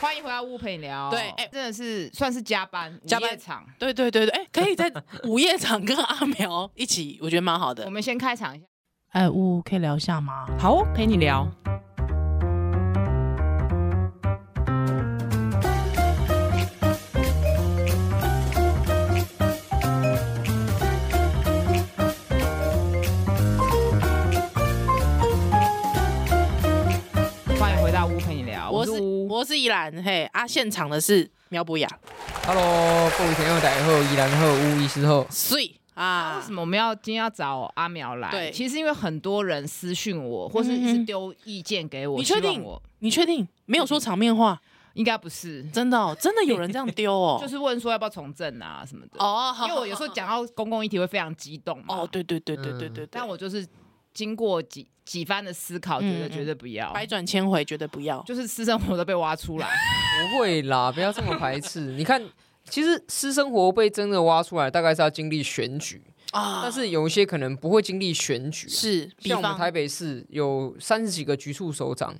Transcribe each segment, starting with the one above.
欢迎回到屋陪你聊。对哎真的是算是加班，加班午夜场。对对对对，哎、 可以在午夜场跟阿苗一起，我觉得蛮好我的。们先开场一下。哎，呜，可以聊一下吗？好、哦，陪你聊。欢迎回到屋陪你聊，我我是是屋。我是依兰，嘿啊，现场的是苗博雅， Hello，各位朋友，大家好，依然好，乌医师好。碎为啊什，么我们要今天要找阿苗来？对其实因为很多人私讯我，或是嗯哼一直丢意见给我，你确定希望我你确定没有说场面话？应该不是，真的哦，真的有人这样丢哦， 就是问说要不要从政啊什么的。哦，好因为我有时候讲到公共议题会非常激动嘛。嗯哦，。对对对对对对对，但我就是经过几几番的思考，觉得嗯嗯绝对不要，百转千回，绝对不要。就是私生活都被挖出来。不会啦，不要这么排斥。 你看，其实私生活被真的挖出来，大概是要经历选举，啊但是有一些可能不会经历选举、啊。是，比像我们方嗯台北市有三十几个局处首长，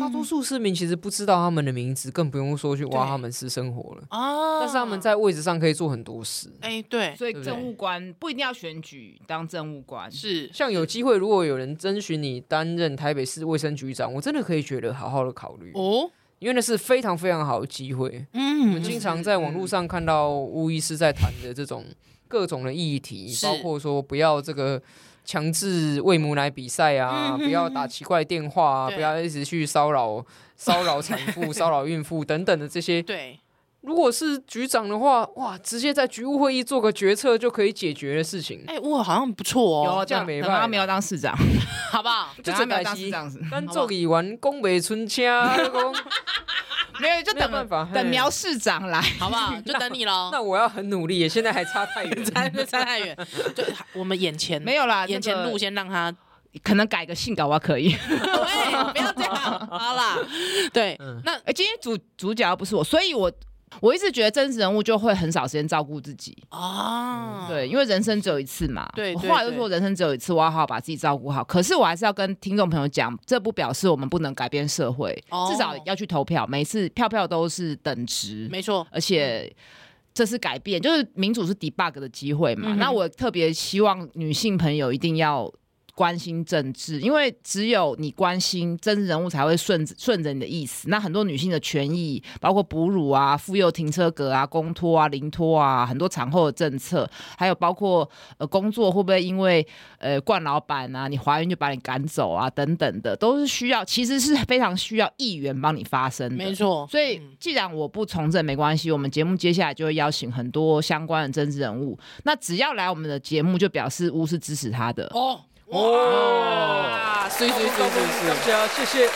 大多数市民其实不知道他们的名字，更不用说去挖对他们私生活了。啊，但是他们在位置上可以做很多事。哎， 对，所以对不对政务官不一定要选举当政务官，是像有机会，如果有人征询你担任台北市卫生局长，我真的可以觉得好好的考虑，哦，因为那是非常非常好的机会。我嗯，们经常在网络上看到巫医师在谈的这种各种的议题，是包括说不要这个强制喂母奶比赛啊，嗯不要打奇怪电话啊，对不要一直去骚扰骚扰产妇、骚扰孕妇等等的这些。对，如果是局长的话，哇，直接在局务会议做个决策就可以解决的事情。哎，我好像不错有啊哦，这样没等办法阿苗当市 长，好不好？就等等阿苗下改当市期长是，咱做议员讲袂春车， 讲没有就没有办等法等嘿苗市长来。好不好？就等你 喽。那我要很努力耶，现在还差太远。差差太远，就我们眼前没有啦，眼前那个路先 让他，可能改个姓搞我可以。喂，不要这样，好啦， 对，那哎，今天主主角不是我，所以我我一直觉得真实人物就会很少时间照顾自己，啊，嗯对，因为人生只有一次嘛。对我对后来就对说我人生只有一次，我要好好把自己照顾好。可是我还是要跟听众朋友讲，这不表示我们不能改变社会，哦至少要去投票，每次票票都是等值。没错，而嗯且这是改变，就是民主是 debug 的机会嘛。嗯哼那我特别希望女性朋友一定要。关心政治，因为只有你关心政治人物才会顺顺着你的意思。那很多女性的权益，包括哺乳啊、妇幼停车格啊、公托啊、零托啊，很多产后的政策，还有包括呃工作会不会因为呃冠老板啊，你怀孕就把你赶走啊等等的，都是需要，其实是非常需要议员帮你发声的。没错，嗯所以，既然我不从政没关系，我们节目接下来就会邀请很多相关的政治人物。那只要来我们的节目，就表示乌是支持他的。哦， 哇，哦 水水水水水，家谢谢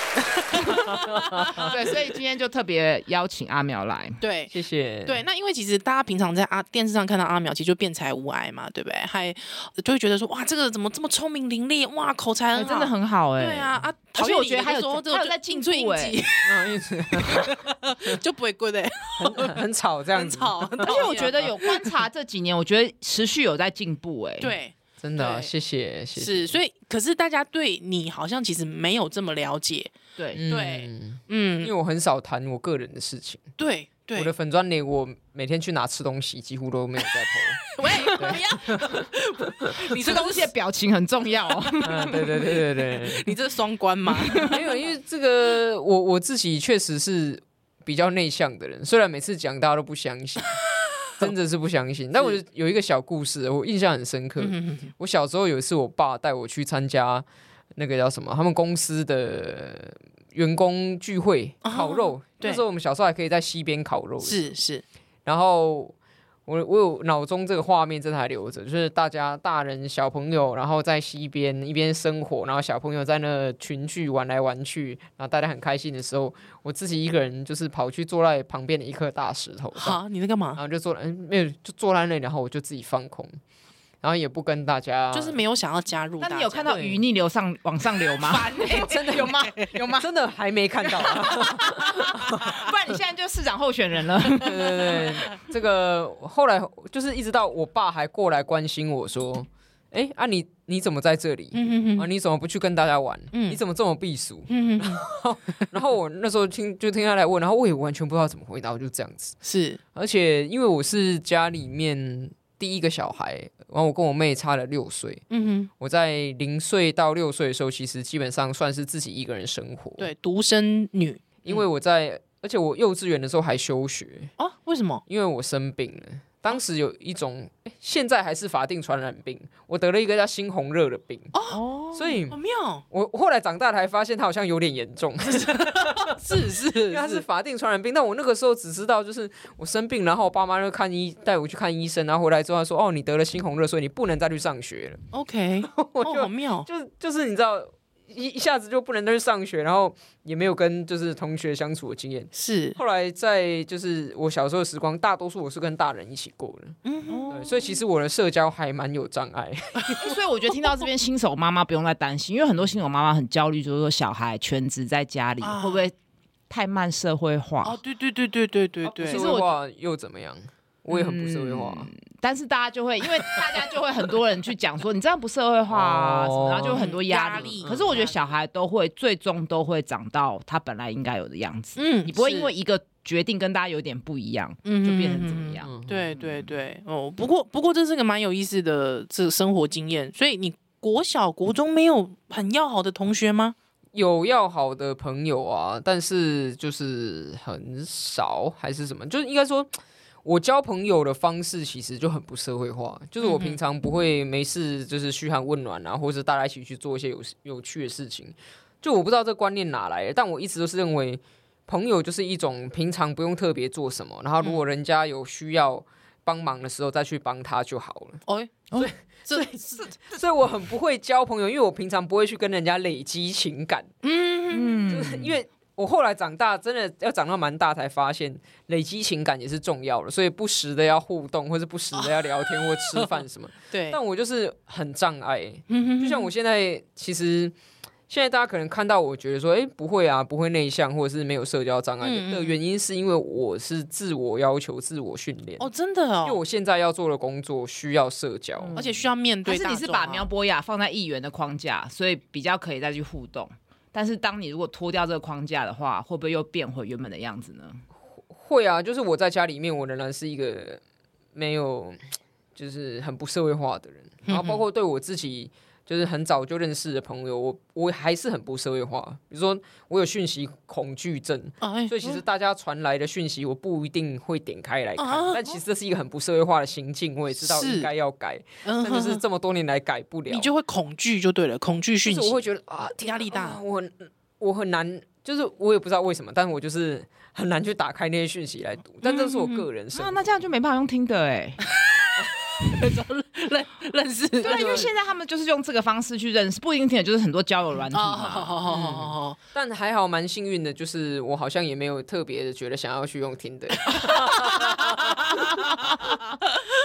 对，所以今天就特别邀请阿苗来。对。谢谢。对，那因为其实大家平常在阿电视上看到阿苗，其实就辩才无碍嘛，对不对？还就会觉得说，哇，这个人怎么这么聪明伶俐，哇，口才哎很好，真的很好哎、对啊啊！而讨且厌我你觉得的还有说这还有就在进应最步应哎急，嗯，一直就不会跪的， 很很吵这样很子，吵。而而且我觉得有观察这几年，我觉得持续有在进步 哎、，对，真的啊对谢谢谢谢。是，所以可是大家对你好像其实没有这么了解，对，嗯对因嗯为，我很少谈我个人的事情，对我对的，粉砖里我每天去哪吃东西几乎都没有在 喂，不要， 你这这东东西西的，表情很重要哦。投。 嗯，对对对对对，你这是双关吗？ 没有，因为这个我我自己确实是比较内向的人，虽然每次讲大家都不相 信，真的是不相信。但我是有一个小故事，我印象很深刻。嗯我小时候有一次，我爸带我去参加那个叫什么，他们公司的员工聚会哦烤肉。对那时候我们小时候还可以在溪边烤肉， 是是，然后我我有脑中这个画面真的还留着，就是大家大人小朋友，然后在溪边一边生火，然后小朋友在那群聚玩来玩去，然后大家很开心的时候，我自己一个人就是跑去坐在旁边的一颗大石头上，好，你在干然嘛？后就坐嗯没有就坐在那里，然后我就自己放空，然后也不跟大家就是没有想要加入大 呃那家，你有看到 对余逆流上往上流 吗？烦欸真的有吗？ 有吗？真的还没看到、啊不然你现在就市长候选人了。对对对，这个后来就是一直到我爸还过来关心我说：“哎、啊你你怎么在这里？嗯啊，你怎么不去跟大家玩？嗯你怎么这么避暑？嗯嗯，然后我那时候听就听他来问，然后我也完全不知道怎么回答，我就这样子。是而且因为我是家里面第一个小孩，然后我跟我妹差了六岁，嗯哼，我在零岁到六岁的时候，其实基本上算是自己一个人生活。，对，嗯独生女因为我在，而且我幼稚园的时候还休学，哦，为什么？因为我生病了。当时有一种，诶现在还是法定传染病，我得了一个叫猩红热的病，哦，所以好妙，我后来长大才发现它好像有点严重。是是 因为它是是，法定传染病，但我那个时候只知道就是我生病，然后我爸妈就看医带我去看医生，然后回来之后他说哦你得了猩红热，所以你不能再去上学了。 OK，我哦，就、好妙，就就是你知道一一下子就不能再去上学，然后也没有跟就是同学相处的经验。是，后来在就是我小时候的时光，大多数我是跟大人一起过的，嗯哼，对，所以其实我的社交还蛮有障碍。所以我觉得听到这边，新手妈妈不用再担心，因为很多新手妈妈很焦虑，就是说小孩全职在家里、啊会不会太慢社会化？哦，对对对对对对哦 对哦其社实会我化又怎么样？我也很不社会化。但是大家就会，因为大家就会很多人去讲说你这样不社会化啊，什么哦然后就有很多压压力嗯可是我觉得小孩都会最终都会长到他本来应该有的样子，嗯，你不会是因为一个决定跟大家有点不一样嗯就变成怎么样。嗯，对对对，哦，不过不过这是个蛮有意思的这个生活经验，所以你国小国中没有很要好的同学吗？有要好的朋友啊，但是就是很少还是什么，就是应该说。我交朋友的方式其实就很不社会化，就是我平常不会没事就是嘘寒问暖啊，或者大家一起去做一些有有趣的事情。就我不知道这观念哪来的，但我一直都是认为朋友就是一种平常不用特别做什么，然后如果人家有需要帮忙的时候再去帮他就好了。哦，所以这是所以我很不会交朋友，因为我平常不会去跟人家累积情感。嗯嗯，就是因为我后来长大，真的要长到蛮大才发现，累积情感也是重要的，所以不时的要互动，或是不时的要聊天或吃饭什么。 对，嗯但我就是很障碍，欸就就像我现在其实。现在大家可能看到我觉得说，哎、不会啊，不会内向，或者是没有社交障碍嗯嗯的原因，是因为我是自我要求、自我训练。哦，真的因为哦，我现在要做的工作需要社交，而且需要面还对是大众你啊，是把苗博雅放在议员的框架，所以比较可以再去互动。但是当你如果脱掉这个框架的话，会不会又变回原本的样子呢？会啊，就是我在家里面，我仍然是一个没有，就是很不社会化的人。然后包括对我自己，就是很早就认识的朋友，我我还是很不社会化。比如说，我有讯息恐惧症，啊，哎所以其实大家传来的讯息，我不一定会点开来啊看。但其实这是一个很不社会化的行径，我也知道是应该要改，嗯但哼就是哼这么多年来改不了你。就会恐惧就对了，恐惧就讯是息，我会觉得啊，压力大啊，我很我很难，就是我也不知道为什么，但我就是很难去打开那些讯息来读。但这是我个人生啊，活那这样就没办法用听的哎、欸认认识， 对啊，因为现在他们就是用这个方式去认识，不一定听的就是很多交友软体啊，嘛。好好好好好好好，但还好，蛮幸运的，就是我好像也没有特别的觉得想要去用听的。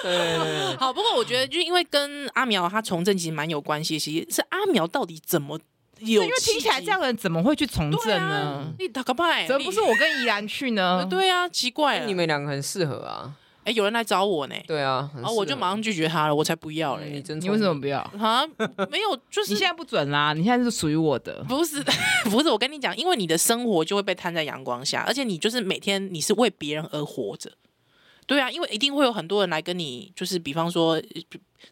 对，嗯好，不过我觉得，就因为跟阿苗他从政其实蛮有关系，其实是阿苗到底怎么有对，因为听起来这样的人怎么会去从政对啊呢？，你打个拜，怎么不是你？我跟怡然去呢？对啊，奇怪了， 你们两个很适合啊。哎，有人来找我呢，对啊，很然后哦我就马上拒绝他了，我才不要上你嘞。真你为什么不要？啊，没有，就嗯是你现在不准啦，你现在是属于我的。不是不是，我跟你讲，因为你的生活就会被摊在阳光下，而且你就是每天你是为别人而活着。对啊，因为一定会有很多人来跟你，就是比方说呃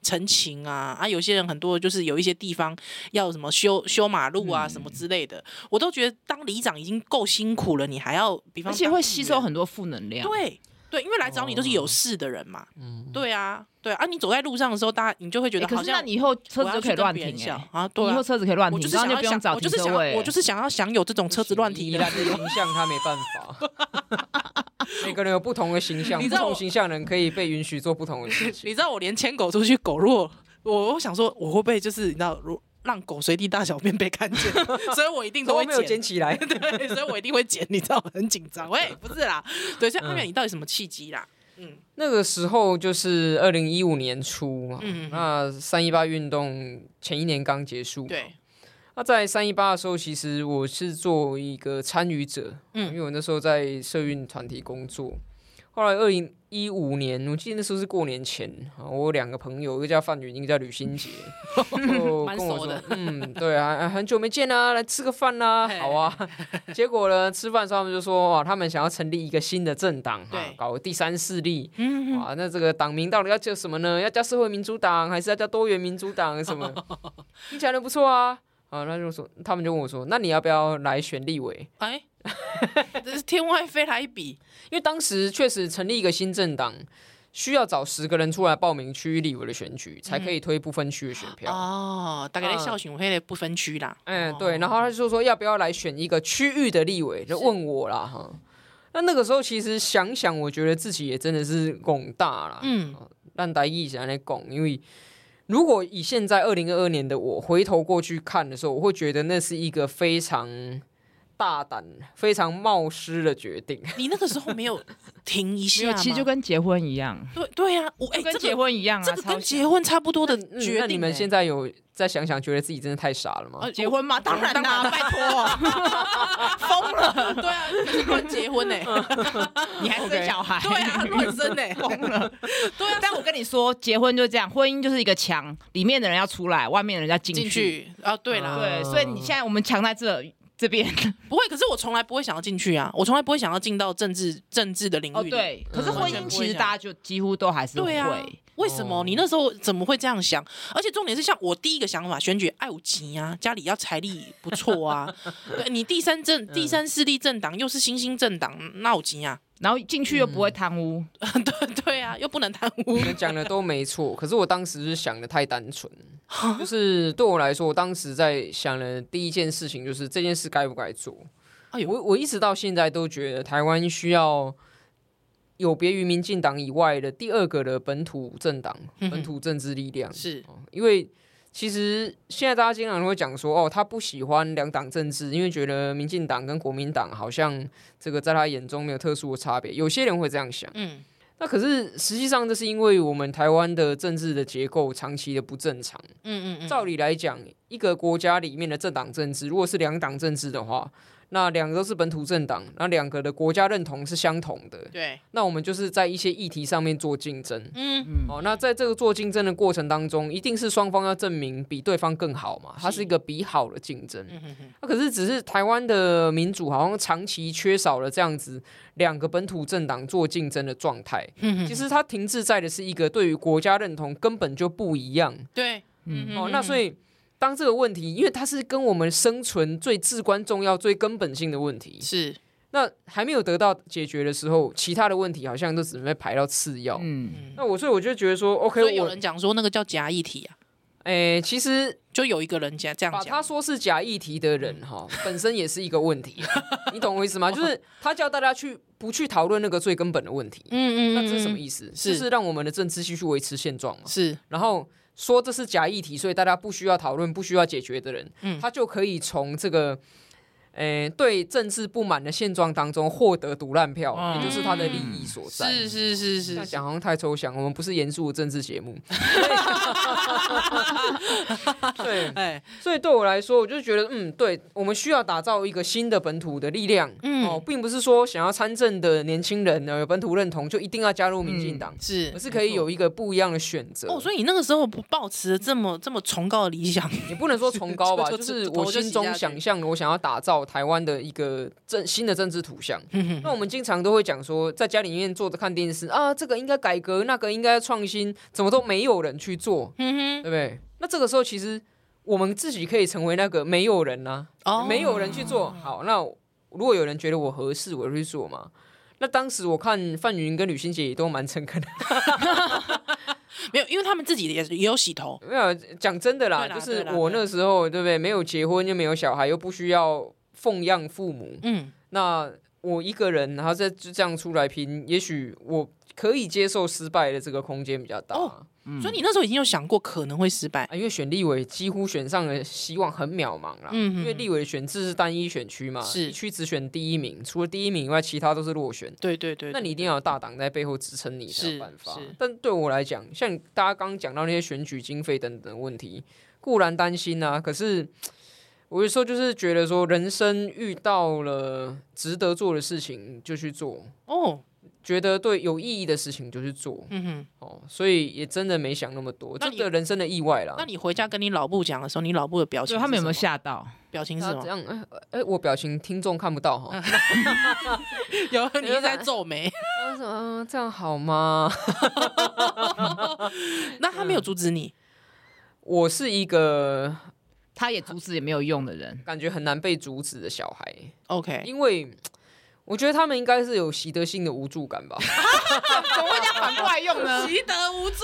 陈情啊，啊，有些人很多就是有一些地方要什么修修马路啊，什么之类的，嗯我都觉得当里长已经够辛苦了，你还要而比方且当会议吸员收很哦多负能量。对对，因为来找你都是有事的人嘛，对啊，对啊，你走在路上的时候，大家你就会觉欸，得嗯可好是那像你以后车我子要就去可以跟乱别人停笑哎，啊，你对以啊后，车子可以乱我停，就是然后想就不用要想，找我就停是车想要，位欸我就。是想要享有这种车子乱停依的然的形象他没办法。每个人有不同的形象，你不知道我同形象的人可以被允许做不同的事情。你知道我连牵狗出去，狗若我我想说，我会不会就是你知道，如让狗随地大小便被 看见，所以我一定都都会没有捡捡。起来。对，所以我一定会剪，你知道，很紧张。喂，不是啦，对，所以阿嗯远，你到底什么契机啦？那个时候就是二零一五年初嘛，嗯嗯嗯那三一八运动前一年刚结束，对，那在三一八的时候，其实我是作为一个参与者，嗯因为我那时候在社运团体工作，后来二零一五年，我记得那时候是过年前，啊我有两个朋友，一个叫范云，一个叫吕新杰，就蛮跟我熟说的，嗯，对啊，啊很久没见啦、来吃个饭啦、嘿好啊。 结果呢，吃饭的时候他们就说，哇，他们想要成立一个新的政党，啊对，搞第三势力，嗯，哇，那这个党名到底要叫什么呢？要叫社会民主党，还是要叫多元民主党？ 什么？听起来都不错啊。啊，那就说，他们就问我说，那你要不要来选立委？哦哎，这是天外飞来 一笔，因为当时确实成立一个新政党，需要找十个人出来报名区域立委的选举，才可以推不分区的选票。嗯哦，大概在嗯校巡会的不分区啦。嗯哦，对，然后他就说要不要来选一个区域的立委，就是问我啦哈。那那个时候其实想想，我觉得自己也真的是拱大啦，嗯，让台一起来拱，因为如果以现在二零二二年的我回头过去看的时候，我会觉得那是一个非常大胆、非常冒失的决定。你那个时候没有停一没有啊下吗，其实就跟结婚一样，对对呀，我哎，就跟这结个婚一样啊，这个超跟像结婚差不多的嗯决定欸。那你们现在有再想想，觉得自己真的太傻了吗？呃结婚吗？当然啦，拜托， 疯了，对啊，可是乱结婚呢、 欸 嗯你还生小孩？对 啊，乱生呢、 疯了。对啊，但我跟你说，结婚就这样，婚姻就是一个墙，里面的人要出来，外面的人要进进。去啊，对啦，对，嗯所以你现在我们墙在这这边。不会，可是我从来不会想要进去啊，我从来不会想要进到政治政治的领域哦，里，对。可是嗯婚姻其实大家就几乎都还是对啊会。。为什么哦你那时候怎么会这样想？而且重点是，像我第一个想法，选举爱有钱啊，家里要财力不 错啊。对你第三政、嗯第三势力政党又是新兴政党，那有钱啊？ 然后进去又不会贪污，对对啊，又不能贪污你。们讲的都没错，可是我当时是想的太单纯，就是对我来说，我当时在想的第一件事情就是这件事该不该做。哎呦我我一直到现在都觉得台湾需要有别于民进党以外的第二个的本土政党、嗯哼本土政治力量，是，因为。其实现在大家经常会讲说，哦，他不喜欢两党政治，因为觉得民进党跟国民党好像这个在他眼中没有特殊的差别。有些人会这样想。嗯，那可是实际上，这是因为我们台湾的政治的结构长期的不正常。嗯嗯嗯，照理来讲，一个国家里面的政党政治，如果是两党政治的话，那两个都是本土政党，那两个的国家认同是相同的，对，那我们就是在一些议题上面做竞争。嗯，嗯，哦，那在这个做竞争的过程当中，一定是双方要证明比对方更好嘛，它是是一个比好的竞争。嗯哼哼那可是只是台湾的民主好像长期缺少了这样子两个本土政党做竞争的状态。嗯哼其实它停滞在的是一个对于国家认同根本就不一样对，嗯嗯哦。那所以以当这个问题，因为它是跟我们生存最至关重要、最根本性的问题，是那还没有得到解决的时候，其他的问题好像都只能被排到次要。嗯，那我所以我就觉得说，OK，所以有我人讲说那个叫假议题啊，诶、其实就有一个人讲这样把讲，他说是假议题的人 哈，本身也是一个问题，你懂我意思吗？就是他叫大家去不去讨论那个最根本的问题，嗯嗯，那这是什么思？意思？是就是让我们的政治继续维持现状嘛？是然后说这是假议题，所以大家不需要讨论、不需要解决的人，嗯他就可以从这个。诶、对政治不满的现状当中获得独烂票，嗯也就是他的利益所在。是是是这样是，讲好像太抽象，我们不是严肃的政治 节目。对，哎，所以对我来说，我就觉得，嗯，对我们需要打造一个新的本土的力量。嗯哦，并不是说想要参政的年轻人呢有本土认同就一定要加入民进党，是而是可以有一个不一样的选择。哦，所以你那个时候不抱持了这么这么崇高的理想，也不能说崇高吧，就就就是就头我就心洗中下去想象的，我想要打造台湾的一个政新的政治图像。嗯那我们经常都会讲说，在家里面坐着看电视啊，这个应该改革，那个应该创新，怎么都没有人去做，对嗯不对？那这个时候其实我们自己可以成为那个没有人呐、哼， 哦，没有人去做。好，那如果有人觉得我合适，我就去做嘛。那当时我看范云跟吕欣姐也都蛮诚恳的，没有，因为他们自己也也有洗头，没有讲真的啦，对啦就是对啦我对那时候对不对？没有结婚又没有小孩，又不需要奉养父母，嗯，那我一个人，然后再就这样出来拼，也许我可以接受失败的这个空间比较大、哦所以你那时候已经有想过可能会失败，啊，因为选立委几乎选上的希望很渺茫啦。嗯哼啊因为立委的选制是单一选区嘛，是一区只选第一名，除了第一名以外，其他都是落选。对对对，那你一定要有大党在背后支撑你才是有办法是。但对我来讲，像大家刚刚讲到那些选举经费等等的问题，固然担心啊，可是我有时候就是觉得说，人生遇到了值得做的事情就去做。哦，觉得对有意义的事情就去做嗯哼，哦，所以也真的没想那么多，那这你个人生的意外啦那。你回家跟你老布讲的时候，你老布的表就情是什么，他们有没有吓到？表情是他什这 么？样，哎、哎我表情听众看不到 哈，有，你一直 在皱眉。他说嗯，这样好吗？ 那他没有阻止你，我是一个他也阻止也没有用的人，感觉很难被阻止的小孩， OK，因为我觉得他们应该是有习得性的无助感吧。怎么会这样反过来用呢？习得无助。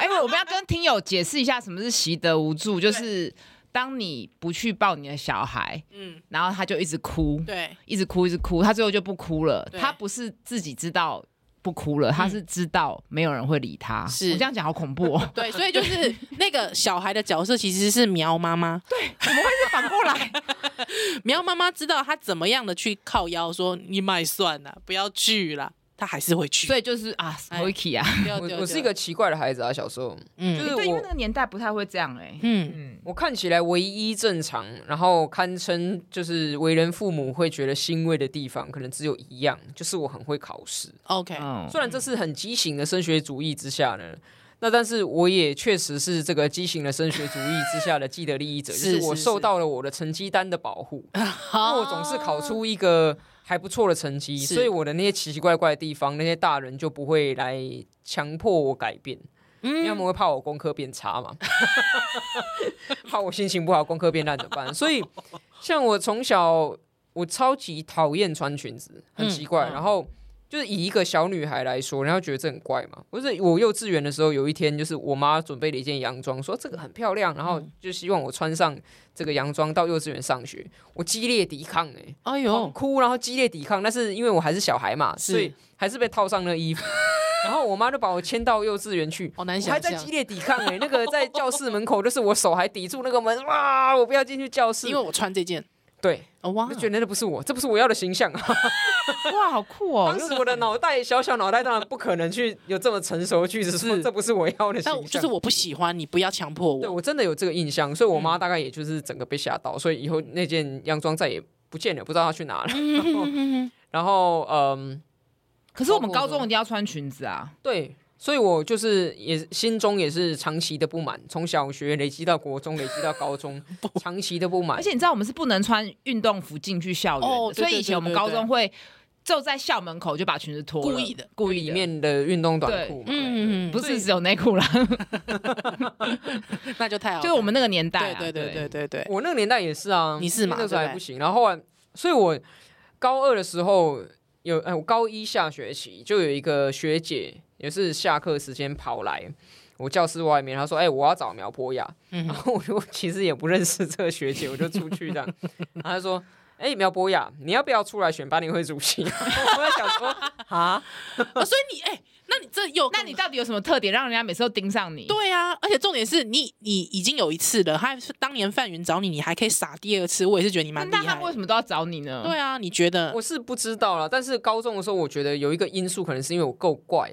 哎、我们要跟听友解释一下什么是习得无助，就是当你不去抱你的小孩， 嗯，然后他就一直哭，对，一直哭，一直哭，他最后就不哭了。对他不是自己知道不哭了，他是知道没有人会理他。是。我这样讲好恐怖哦 对，所以就是那个小孩的角色其实是苗妈妈。是反过来， 苗妈妈知道他怎么样的去靠腰说你买算了，不要去了，他还是会去。所以就是啊哎，Vicky 啊，对对我对我是一个奇怪的孩子啊，小时候就嗯 是对，因为我那个年代不太会这样哎、嗯嗯，我看起来唯一正常，然后堪称就是为人父母会觉得欣慰的地方，可能只有一样，就是我很会考试。 ，OK，嗯，虽然这是很畸形的升学主义之下呢，那但是我也确实是这个畸形的升学主义之下的既得利 益者，就是是我是受是到了我的成绩单的保 护，因好为我总是考出一个还不错的成绩，是所以我的那些奇奇怪怪的地方，那些大人就不会来强迫我改变。嗯因为他们会怕我功课变差嘛， 怕我心情不好，功课变烂怎么办？所以，像我从小，我超级讨厌穿裙子，很奇怪。嗯然后，就是以一个小女孩来说，然后觉得这很怪嘛。不是我幼稚园的时候，有一天就是我妈准备了一件洋装，说这个很漂亮，然后嗯就希望我穿上这个洋装到幼稚园上学。我激烈抵抗、欸，哎狂呦，哭，然后激烈抵抗，但是因为我还是小孩嘛，是所以还是被套上那衣服。然后我妈就把我牵到幼稚园去，好难我还想在象激，烈抵抗哎、那个在教室门口，就是我手还抵住那个门，哇，我不要进去教室，因为我穿这件，对，哦哇我就，觉得那不是我，这不是我要的形象啊。哇，好酷哦当！时我的脑袋小小脑袋当然不可能去有这么成熟的句子说是这不是我要的形但象，就是我不喜欢你，不要强迫对我。我真的有这个印象，所以我妈大概也就是整个被吓到，所以以后那件洋装再也不见了，不知道她去哪了。嗯然后，嗯，可是我们高中一定要穿裙子啊，对，所以我就是也心中也是长期的不满，从小学累积到国中，累积到 高中，长期的不满而。且你知道我们是不能穿运动服进去校园的，哦对所以对以前我们对对高中会就在校门口就把裙子脱了，故意的，故意里的，面的运动短对裤嘛，嗯，不不是只有内裤啦，是，那就太好看，就是我们那个年代对啊，对对对对对，我那个年代也是啊，欸你是嘛那时对不候还对不行。然后后来，所以我高二的时候有，哎，我高一下学期就有一个学姐，也是下课时间跑来我教室外面，她说：“哎、我要找苗博雅。嗯然后我就 其实也不认识这个学姐，我就出去这样， 然后她说。哎、苗博雅，你要不要出来选班联会主席？我 在想说，啊，啊所以你哎，那你这又那你到底有什么特点，让人家每次都盯上你？对啊，而且重点是你你已经有一次了，他是当年范云找你，你还可以撒第二次，我也是觉得你蛮厉那他害们为的。什么都要找你呢？对啊，你觉得我是不知道啦，但是高中的时候，我觉得有一个因素，可能是因为我够怪，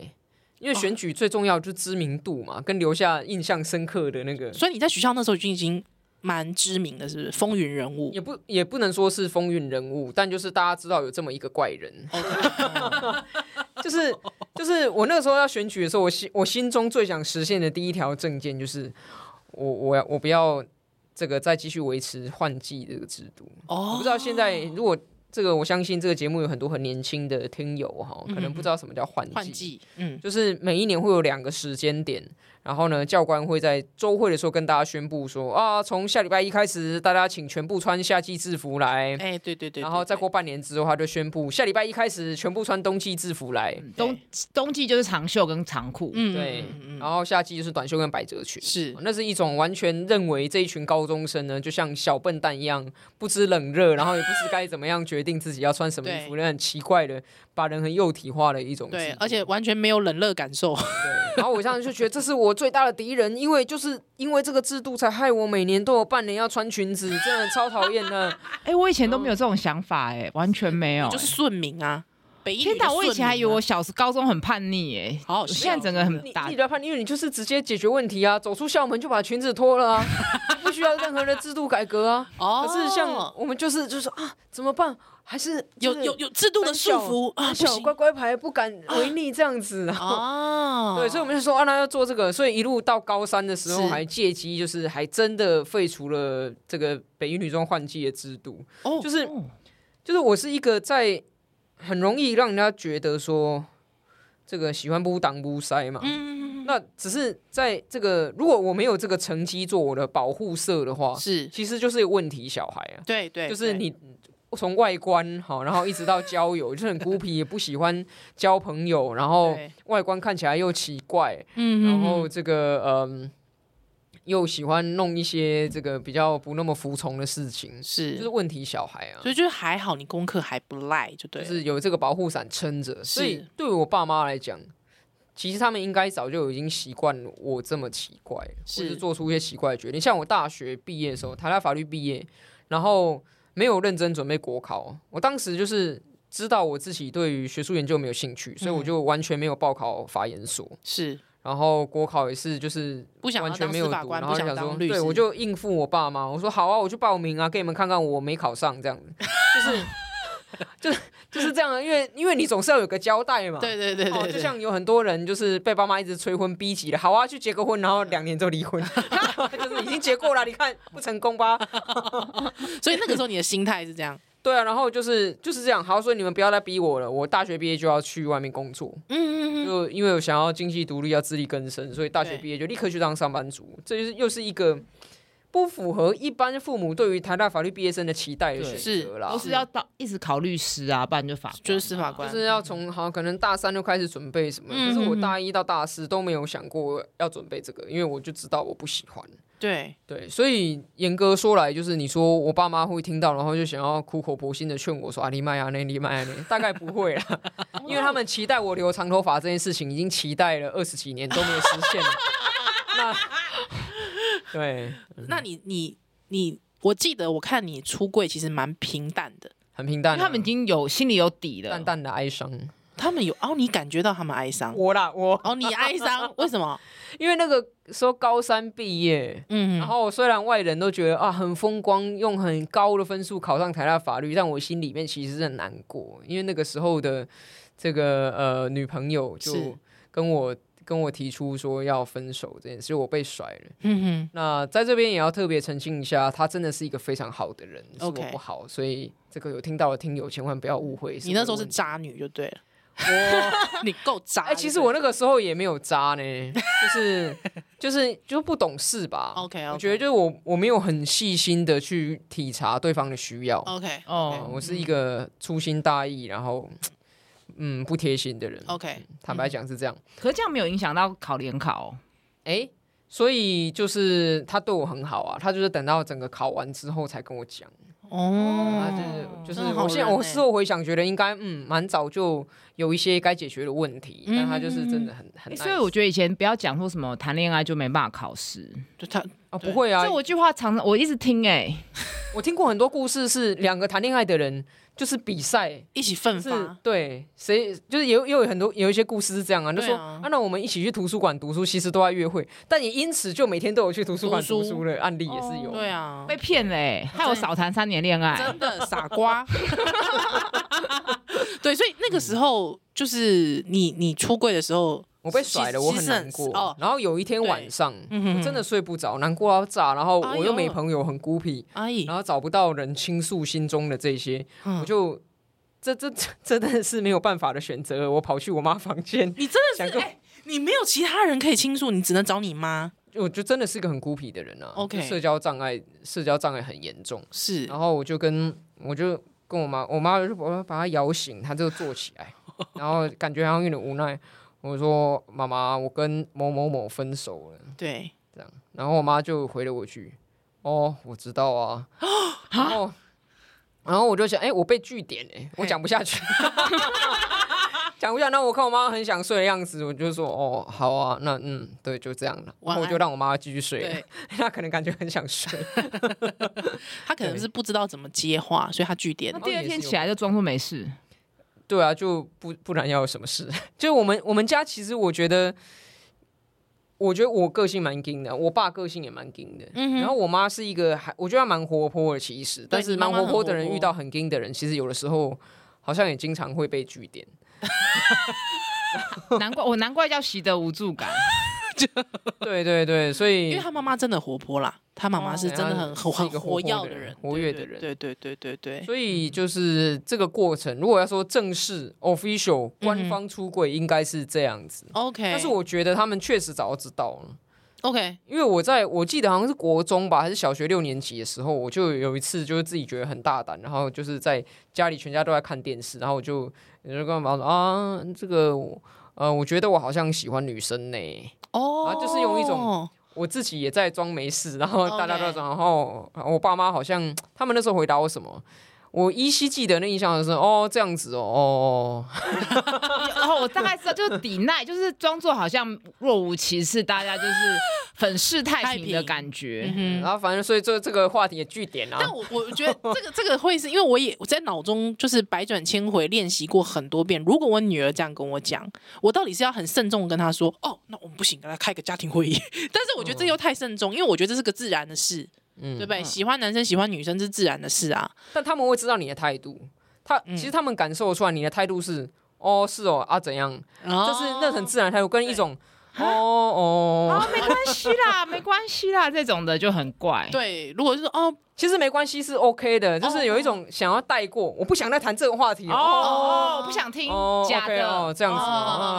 因为选举最重要就是知名度嘛，跟留下印象深刻的那个，所以你在学校那时候就已经蛮知名的，是不是风云人物？也不也不能说是风云人物，但就是大家知道有这么一个怪人，哦 就是就是我那个时候要选举的时候，我心我心中最想实现的第一条证件就是我我要我不要这个再继续维持换季这个制度，我不哦知道现在如果。这个我相信，这个节目有很多很年轻的听友哈，可能不知道什么叫换季。换季，嗯，就是每一年会有两个时间点，然后呢，教官会在周会的时候跟大家宣布说啊，从下礼拜一开始，大家请全部穿夏季制服来。哎，对对对，嗯然后对再过半年之后，他就宣布下礼拜一开始全部穿冬季制服来，冬冬季就是长袖跟长裤，嗯，对嗯，嗯嗯然后夏季就是短袖跟百褶裙。是那是一种完全认为这一群高中生呢，就像小笨蛋一样，不知冷热，然后也不知该怎么样决定自己要穿什么衣服，那很奇怪的，把人很幼体化的一种制对，度而且完全没有冷热感受，对然后我现在就觉得这是我最大的敌人，因为就是因为这个制度才害我每年都有半年要穿裙子，真的超讨厌 的。哎，我以前都没有这种想法，哎，完全没有。嗯就是顺民啊，北一女天哪，的我以顺前还以民啊为我小时高中很叛逆，哎，好好我笑现在整个你很你打啊比。较叛逆，因为你就是直接解决问题啊，走出校门就把裙子脱了啊，不 不需要任何的制度改革啊。哦可是像我们就是就是说啊，怎么办？还是有有有制度的束缚啊，啊，不小行乖乖牌不敢违逆这样子啊。哦，对，所以我们就说啊，那要做这个，所以一路到高三的时候，是还借机就是还真的废除了这个北一女中换季的制度。哦就是就是我是一个在很容易让人家觉得说这个喜欢不挡不塞嘛，嗯，那只是在这个如果我没有这个成绩做我的保护色的话，是其实就是一个问题小孩啊，对对，就是对你。从外观好，然后一直到交 友，就是很孤僻，也不喜欢交朋友，然后对外观看起来又奇怪，嗯，然后这个嗯，又喜欢弄一些这个比较不那么服从的事情，是就是问题小孩啊所，以就是还好，你功课还不赖，就对就了。是有这个保护伞撑着。所以是对我爸妈来讲，其实他们应该早就已经习惯我这么奇怪，或是是做出一些奇怪的决定。像我大学毕业的时候，台大法律毕业，然后没有认真准备国考，我当时就是。知道我自己对于学术研究没有兴趣，所以嗯我就完全没有报考法研所。是然后国考也是，就是不想要完全当没有司法读官然不后就想想说，当律对师我就应付我爸妈，我说好啊，我去报名啊，给你们看看我没考上 这样子，就是就是就是这样啊，因为因为你总是要有个交代嘛，对对对对哦对，就像有很多人就是被爸妈一直催婚逼急了，好啊，去结个婚，然后两年就 离婚，就是已经结过了，你看不成功吧？所以那个时候你的心态是 这样，对啊，然后就是就是这样，好，所以你们不要再逼我了，我大学毕业就要去外面工作，嗯嗯嗯，就因为我想要经济独立，要自力更生，所以大学对毕业就立刻去当上班族。这就是又是一个不符合一般父母对于台大法律毕业生的期待的对选择啦都。是要到一直考律师啊，不然就法官啊就是司法官就是要从好像可能大三就开始准备什么，嗯可是我大一到大四都没有想过要准备这个，因为我就知道我不喜欢。对，对，所以严格说来，就是你说我爸妈会听到，然后就想要苦口婆心的劝我说啊，你麦啊那，你麦啊那，大概不会啦， 因为他们期待我留长头发这件事情，已经期待了二十几年都没有实现了。 那对，那你你你，我记得我看你出柜其实蛮平淡的，很平因淡啊、为他们已经有心里有底了淡。淡的哀伤。他们有哦，你感觉到他们哀伤，我啦，我哦，你哀 伤，为什么？因为那个时候高三毕业，嗯，然后虽然外人都觉得啊很风光，用很高的分数考上台大法律，但我心里面其实是很难过，因为那个时候的这个呃女朋友是就跟我跟我提出说要分手这件事，我被甩了。嗯那在这边也要特别澄清一下，他真的是一个非常好的人，是我 OK 不好所以这个有听到的听友千万不要误会。哼，你那时候是我渣女就对了，我你够渣。哎、其实对不我那个时候也没有渣呢， 就是就是就不懂事吧。 OK，OK 我觉得就是我我没有很细心的去体察对方的需要。对 OK 嗯哦，我是一个粗心大意，然后嗯不贴心的人。 OK，坦白讲是这样。可是这样没有影响到考联考哦。哎、所以就是他对我很好啊，他就是等到整个考完之后才跟我讲。啊，哦，就是就真的是，好我现在难我欸事后回想，觉得应该嗯蛮早就有一些该解决的问题，但他就是真的很很 nice、欸所以我觉得以前不要讲说什么谈恋爱就没办法考试，就他啊不会啊这，我句话常常我一直听哎、我听过很多故事，是两个谈恋爱的人就是比赛，一起奋是发，对谁就是也有也有很多有一些故事是这样啊，就对说啊啊那我们一起去图书馆读书，其实都在约会，但也因此就每天都有去图书馆读读书书的案例也是有。对啊，被骗了哎、害我少谈三年恋爱。真的傻瓜。 对，所以那个时候就是你你出柜的时候，我被甩了，其我很其实难过。哦，然后有一天晚上，嗯我真的睡不着，难过到炸，然后哎呦我又没朋友，很孤僻，阿姨然，后找不到人倾诉心中的这些，嗯我就这这这真的是没有办法的选择。我跑去我妈房间，你真的想是跟哎、你没有其他人可以倾诉，你只能找你妈。我就真的是个很孤僻的人啊 OK 就社交障碍，社交障碍很严重。是然后我就跟我就跟我妈，我妈就把把她摇醒，她就坐起来，然后感觉好像有点无奈。我说：“妈妈，我跟某某某分手了。对，”然后我妈就回了我一句：“哦，我知道啊。”然后，然后我就想，哎、我被据点哎、我讲不下去， 讲不下。那我看我妈很想睡的样子，我就说：“哦，好啊，那嗯，对，就这样了。”然晚后我安就让我妈继续睡了 对。他可能感觉很想睡，他可能是不知道怎么接话，所以他据点那了。第二天起来就装作没事， 对 啊，就不不然要有什么事？就我们我们家其实我觉得，我觉得我个性蛮硬的，我爸个性也蛮硬的。嗯哼然后我妈是一个还，我觉得她蛮活泼的，其实，但是你妈蛮妈活泼很的人活泼遇到很硬的人，其实有的时候好像也经常会被据点。 难怪我难怪叫习得无助感，对对对，所因以为他妈妈真的活泼啦，他妈妈是真的很哦很是一个很活跃活泼的人人，活跃的人对对对对对对。所以就是这个过程，如果要说正式嗯 official 官方出柜，应该是这样子。 OK，但是我觉得他们确实早就知道了， OK，因为我在我记得好像是国中吧，还是小学六年级的时候，我就有一次就是自己觉得很大胆，然后就是在家里全家都在看电视，然后我就我就跟我妈说啊，这个我呃，我觉得我好像喜欢女生呢、哦然，后啊就是用一种我自己也在装没事，然后 OK 大家都在装，然后我爸妈好像他们那时候回答我什么，我依稀记得那印象就是哦这样子哦哦，哦然后我大概知道，就是抵赖，就是装作好像若无其事，大家就是粉饰太平的感觉。嗯哼。然后反正所以这这个话题也据点啊但，我我觉得这个这个会是因为我也我在脑中就是百转千回练习过很多遍。如果我女儿这样跟我讲，我到底是要很慎重地跟她说，哦，那我们不行，跟她开个家庭会议。 但是我觉得这又太慎重，因为我觉得这是个自然的事，嗯对不对？喜欢男生喜欢女生是自然的事啊。但他们会知道你的态度，他其实他们感受出来你的态度是哦是哦啊怎样，就是那很自然的态度，跟一种哦哦哦，，没关系 啦，没关系啦，这种的就很怪。对，如果是说哦其实没关系是 OK 的，就是有一种想要带过，我不想再谈这个话题哦，了哦。哦，我不想听哦假 OK 的哦，这样子哦，哦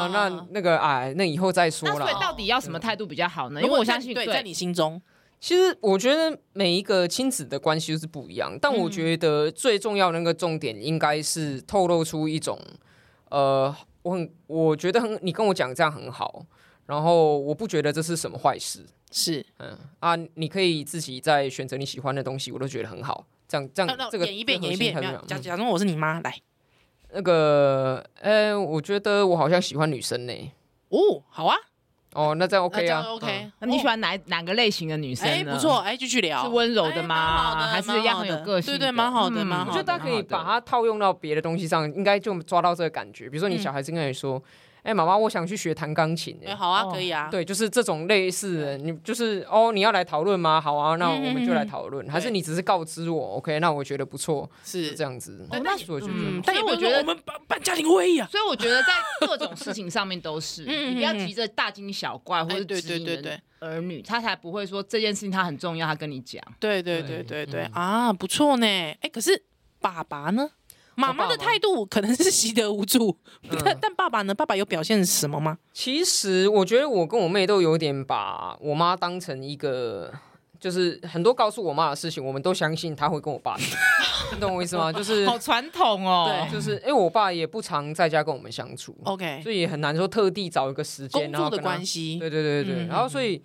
啊那那个哎，那以后再说那所以啦。到底要什么态度比较好呢？因如为果我在相信，对，在你心中，其实我觉得每一个亲子的关系都是不一样，但嗯我觉得最重要的那个重点应该是透露出一种，呃，我很我觉得很，你跟我讲这样很好，然后我不觉得这是什么坏事，是嗯啊，你可以自己再选择你喜欢的东西，我都觉得很好。这样这那样，啊那嗯这个演一遍这演个一核遍，心态没有度这假样假装我是你妈来嗯那个，呃，我觉得我好像喜欢女生呢。哦，好啊哦，那这样 OK 那这啊样 OK，那你喜哦欢哪哪个类型的女生哎呢？不错，哎继续聊，是温柔哎的蛮吗好的还是一样很有个性对的对，蛮好的，嗯蛮我好觉得的。大家可以蛮好的把它套用到别的东西上，应该就抓到这个感觉。比如说，你小孩子跟你说：“哎、妈妈，我想去学弹钢琴。哎，哎好啊，哦可以啊，对，就是这种类似的，你就是哦，你要来讨论吗？好啊，那嗯嗯我们就来讨论。还是对你只是告知我，OK？那我觉得不错，就是这样子。对那我觉得嗯所但以我也不是说觉得我们办办家庭会议啊，所以我觉得在各种事情上面都 是，嗯你不要急着大惊小怪或哎者对指对引对你对的儿女，他才不会说这件事情他很重要，他跟你讲。哦对对对对对对嗯啊，不错呢。哎，可是爸爸呢？妈妈的爸爸态度可能是习得无助，但但爸爸呢？爸爸有表现什么吗？其实我觉得我跟我妹都有点把我妈当成一个，就是很多告诉我妈的事情，我们都相信她会跟我爸讲， 你懂我意思 吗？就是好传统哦，就是，因为我爸也不常在家跟我们相处。 OK，所以也很难说特地找一个时间，哎工然后作的跟他关系对对对对对，嗯然后所以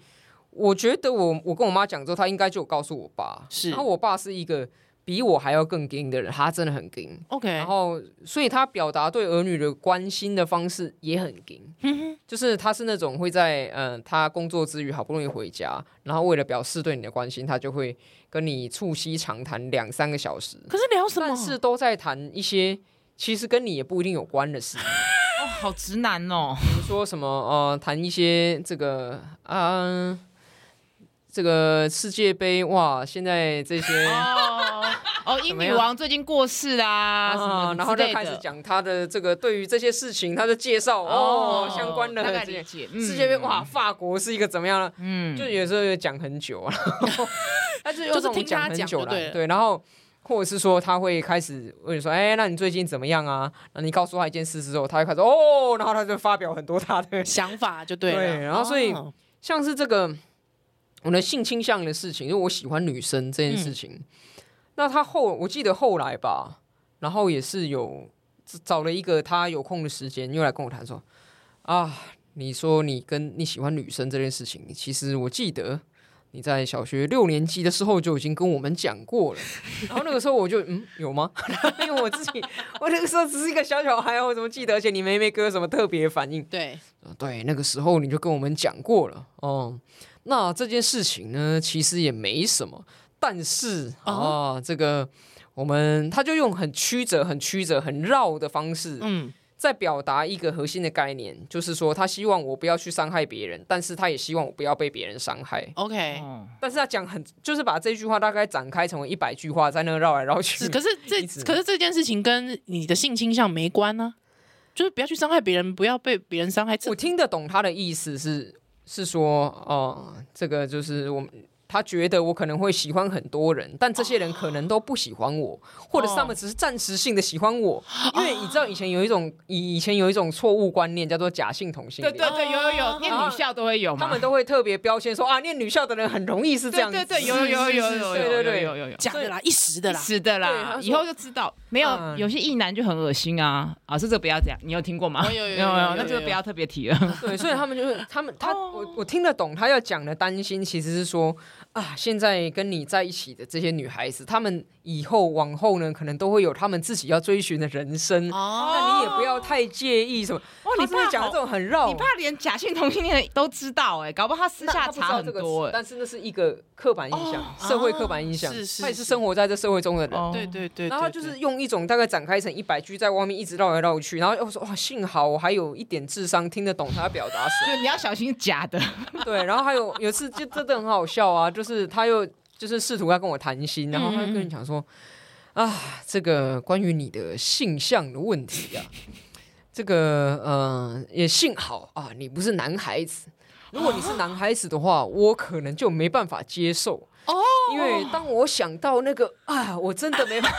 我觉得我我跟我妈讲之后，她应该就有告诉我爸，是然后我爸是一个比我还要更硬的人，他真的很硬。 OK，然后，所以他表达对儿女的关心的方式也很硬，嗯就是他是那种会在嗯、呃他工作之余好不容易回家，然后为了表示对你的关心，他就会跟你促膝长谈两三个小时，可是聊什么？但是都在谈一些其实跟你也不一定有关的事情。哦，好直男哦，比如说什么呃，谈一些这个啊、这个世界杯哇，现在这些哦哦，英么女样王最近过世啊，什么啊，然后之就类开始的讲他的这个对于这些事情他的介绍哦，相关的大概这理些解，世界杯哇，，法国是一个怎么样呢？嗯就有时候也讲很久啊，但是有就是种听他很讲久就啦对了对，然后。或者是说他会开始问你说，哎、那你最近怎么样啊？那你告诉他一件事之后，他会开始哦，然后他就发表很多他的想法就对了。对然后所以哦像是这个我的性倾向的事情，因为我喜欢女生这件事情，那他后我记得后来吧，然后也是有找了一个他有空的时间，又来跟我谈说啊，你说你跟你喜欢女生这件事情，其实我记得。你在小学六年级的时候就已经跟我们讲过了，然后那个时候我就嗯有吗？ 因为我自己我那个时候只是一个小小孩，我怎么记得？而且你妹妹给我什么特别反应？对，呃对，那个时候你就跟我们讲过了哦、那这件事情呢，其实也没什么，但是啊、这个我们他就用很曲折、很曲折、很绕的方式嗯，在表达一个核心的概念，就是说他希望我不要去伤害别人，但是他也希望我不要被别人伤害。 OK，哦但是他讲很，就是把这句话大概展开成为一百句话，在那绕来绕去是，。 可是这一直可是这件事情跟你的性倾向没关呢、就是不要去伤害别人，不要被别人伤害。这我听得懂他的意思是是说，哦、这个就是我们。他觉得我可能会喜欢很多人，但这些人可能都不喜欢哦我，或者是他们只是暂时性的喜欢我。因为你知道以前有一种以以前有一种错误观念叫做假性同性对恋，对对，有有有，念女校都会有哦他嘛们。都会特别标签说啊，念女校的人很容易是这对样子。对对，有有有有有对有对对有有有有。假的啦，一时的啦。是的对他啦说，以后就知道没有嗯有些异男就很恶心啊啊！是这不要这样，你有听过吗？哦有有有 没有有没有有，那就有不要特别提了。对，所以他们就是他们他我我听得懂他要讲的担心，其实是说啊，现在跟你在一起的这些女孩子，她们以后往后呢，可能都会有她们自己要追寻的人生。哦，那你也不要太介意什么，哦他是不是讲这种很绕你，怕连假性同性恋都知道哎，搞不好他私那下他不知查道很这个多词哎。但是那是一个刻板印象，社会刻板印象，是是他也是是生活在这社会中的人，哦对对对，然后他对就对是用一种大概展开成一百句，在外面一直绕来绕去，然后又说哇，幸好我还有一点智商，听得懂他要表达什就你要小心假的，么。 对，然后还有有一次就真的很好笑啊，就是他又就是试图要跟我谈心，然后他就跟你讲说啊，这个关于你的性向的问题啊，这个呃也幸好啊，你不是男孩子。如果你是男孩子的话，我可能就没办法接受哦，因为当我想到那个啊，我真的没办法，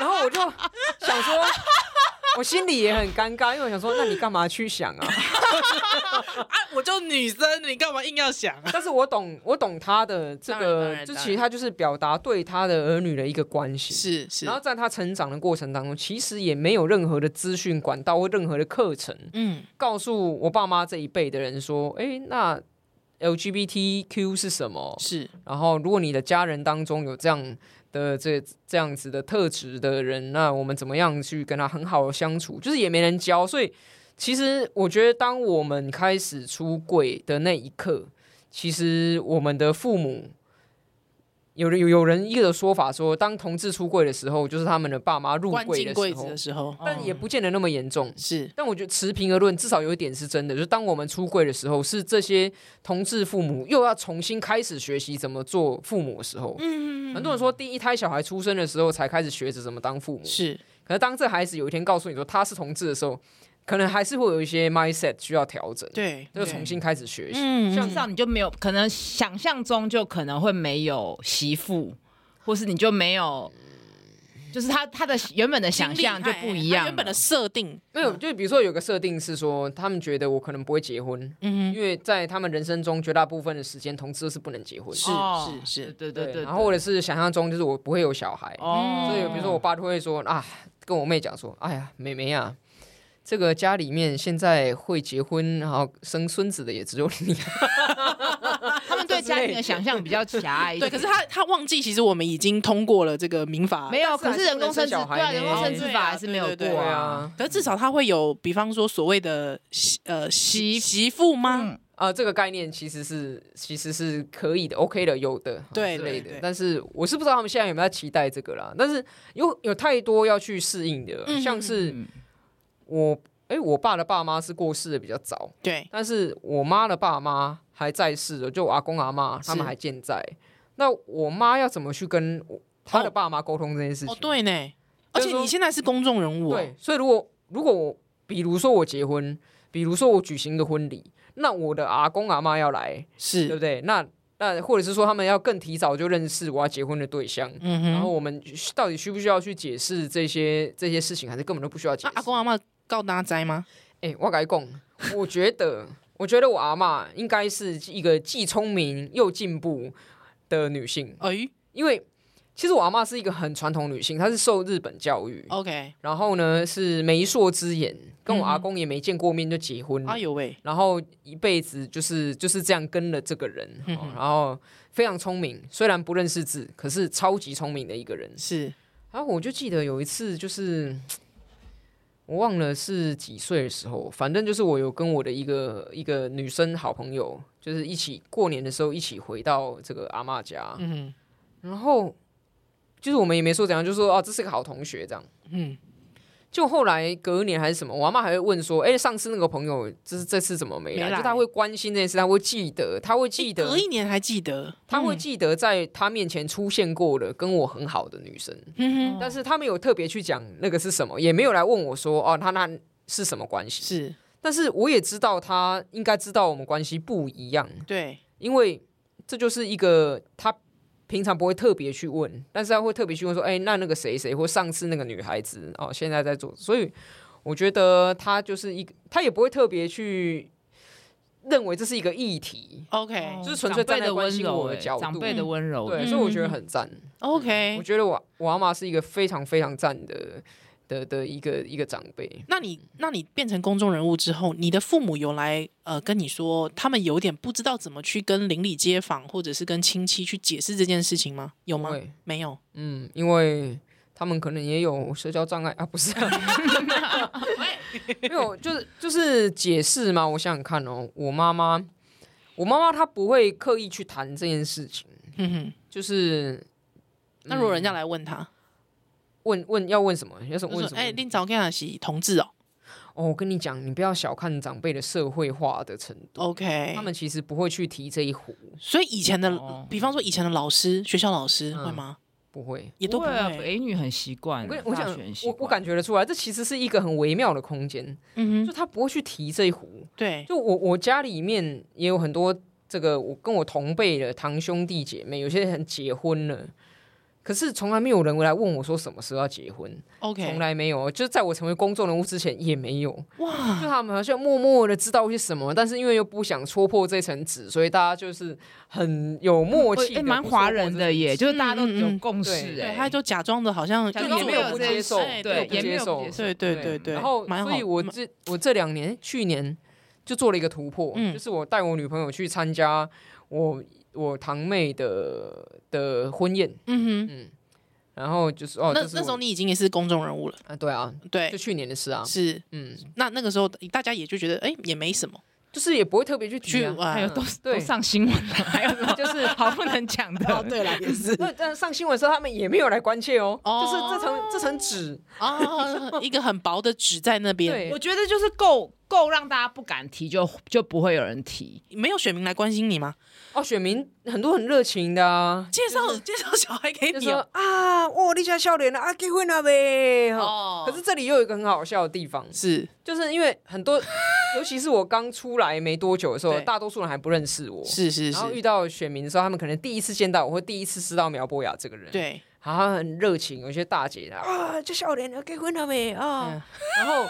然后然后我就想说，我心里也很尴尬，因为我想说，那你干嘛去想啊？啊，我就女生，你干嘛硬要想啊？但是我懂，我懂他的这当然当个，然这当其实然他就是表达对他的儿女的一个关 心。是是然，后在他成长的过程当中，其实也没有任何的资讯管道或任何的课程嗯，告诉我爸妈这一辈的人说，诶，那 LGBTQ 是什么？是然后如果你的家人当中有这样的这这样子的特质的人，那我们怎么样去跟他很好的相处？就是也没人教，所以其实我觉得，当我们开始出柜的那一刻，其实我们的父母。有人有有人一个说法说，当同志出柜的时候，就是他们的爸妈入关柜进的时柜子哦候的，时候，但也不见得那么严重。是但我觉得持平而论，至少有一点是真的，就是当我们出柜的时候，是这些同志父母又要重新开始学习怎么做父母的时候。嗯，很多人说第一胎小孩出生的时候才开始学着怎么当父母，是可是当这孩子有一天告诉你说他是同志的时候，可能还是会有一些 mindset 需要调整，，对，就对重新开始学习。嗯至少你就没有可能想象中就可能会没有媳妇，或是你就没有，就是他他的原本的想象就不一样他哎了。原本的设定没有，就比如说有个设定是说，他们觉得我可能不会结婚，嗯因为在他们人生中绝大部分的时间，同志都是不能结婚的。是哦是是对对对对，然后或者是想象中就是我不会有小孩，哦，所以比如说我爸就会说啊，跟我妹讲说，哎呀，妹妹啊，这个家里面现在会结婚然后生孙子的也只有你，啊他们对家庭的想象比较狭隘一对，点，可是他他忘记，其实我们已经通过了这个民法，没有，可但是还是是人工生殖不能生小孩对啊，呢人工生殖法还是没有对 过啊。可是至少他会有，比方说所谓的媳呃媳媳媳妇吗？嗯啊，这个概念其实是其实是可以的，OK 的，有的，啊对之类对的对。但是我是不知道他们现在有没有在期待这个啦。但是有有太多要去适应的了，嗯像是嗯我哎、我爸的爸妈是过世的比较早，对，但是我妈的爸妈还在世的，就我阿公阿妈他是们还健在。那我妈要怎么去跟我她的爸妈沟通这件事情？哦对呢，而就是且说你现在是公众人物哦，对，所以如果如果我比如说我结婚，比如说我举行一个婚礼，那我的阿公阿妈要来，对是不，对？那那或者是说他们要更提早就认识我要结婚的对象，嗯然后哼，我们到底需不需要去解释这些这些事情，还是根本都不需要解那释？阿公阿妈告大灾吗？哎、我改讲，我觉得， 我觉得我阿嬷应该是一个既聪明又进步的女性，哎因为其实我阿嬷是一个很传统女性，她是受日本教育， ，OK，然后呢是媒妁之言，跟我哦阿嗯哼公也没见过面就结婚了哎呦喂，然后一辈子就是就是这样跟了这个人，嗯哦然后非常聪明，虽然不认识字，可是超级聪明的一个人。是然后啊我就记得有一次，就是我忘了是几岁的时候，反正就是我有跟我的一个一个女生好朋友，就是一起过年的时候一起回到这个阿嬷家，嗯哦然后就是我们也没说怎样，就说啊这是个好同学这样，嗯，就后来隔年还是什么，我阿妈还会问说：“哎、上次那个朋友，就是这次怎么没来？”没来就他会关心这件事，他会记得，他会记得隔，一年还记得，他会记得在他面前出现过的跟我很好的女生，嗯哼，但是他没有特别去讲那个是什么，也没有来问我说：“哦，他那是什么关系？”是但是我也知道他应该知道我们关系不一样，对，因为这就是一个他平常不会特别去问，但是他会特别去问说，哎、那那个谁谁或上次那个女孩子哦，现在在做，所以我觉得他就是一个，他也不会特别去认为这是一个议题， OK 就是纯粹长站辈在的关温心柔我的欸角长度辈的温柔，对，嗯所以我觉得很赞。我 OK，觉得嗯我我阿妈是一个非常非常赞的的的一个一个长辈，那你那你变成公众人物之后，你的父母有来呃跟你说，他们有点不知道怎么去跟邻里街坊或者是跟亲戚去解释这件事情吗？有吗？对，没有，嗯，因为他们可能也有社交障碍啊，不是、 啊。 没有，就是就是解释嘛。我想想看哦，我妈妈，我妈妈她不会刻意去谈这件事情，嗯哼。就是那如果人家来问他，问问要问什么，要什么就嗯问说什么？哎，令早跟他是同志哦哦，我跟你讲，你不要小看长辈的社会化的程度， ，OK，他们其实不会去提这一壶，所以以前的哦，比方说以前的老师，学校老师嗯会吗？不会。也都不啊会，北女很习惯我啊，跟我大想学很，习我我惯感觉得出来，这其实是一个很微妙的空间，嗯就哼，他不会去提这一壶，对，就我我家里面也有很多这个我跟我同辈的堂兄弟姐妹，有些人结婚了，可是从来没有人来问我说什么时候要结婚，从 OK，来没有，哦就是在我成为公众人物之前也没有，就哇，他们好像默默的知道一些什么，但是因为又不想戳破这层纸，所以大家就是很有默契哎，地蛮不戳破华人这的层耶，纸就是大家都嗯嗯有嗯共识对对，哎，他就假装的好像假就装也做没没有有不这接件受事，哎对对，不也没接有受不接，受对对对对，然后，蛮好所以我蛮这我这两年，去年就做了一个突破，嗯就是我带我女朋友去参加我我堂妹的的婚宴，嗯哼，嗯，然后就是哦，那这是那我时候你已经也是公众人物了，啊，对啊，就对，去年的事啊，是。嗯，那那个时候大家也就觉得，哎，也没什么，就是也不会特别去提去呃啊， 还玩有 都对都上新闻了， 还有什么就是。好不能讲的，对了，也是 那但上新闻的时候，他们也没有来关切哦，哦就是这层这层纸，哦，一个很薄的纸在那边，对我觉得就是够够让大家不敢提就，就不会有人提。没有选民来关心你吗？哦，选民很多很热情的啊，介绍介绍小孩给就你说哦啊，哇，你家笑脸了啊，结婚了呗，哦，哦可是这里又有一个很好笑的地方，是就是因为很多， 尤其是我刚出来没多久的时候，对大多数人还不认识我。是是然后遇是，到选民的时候，他们可能第一次见到我，或第一次知道苗博雅这个人，，对，然后他很热情，有些大姐啊，这笑脸要结婚了没啊？ 然后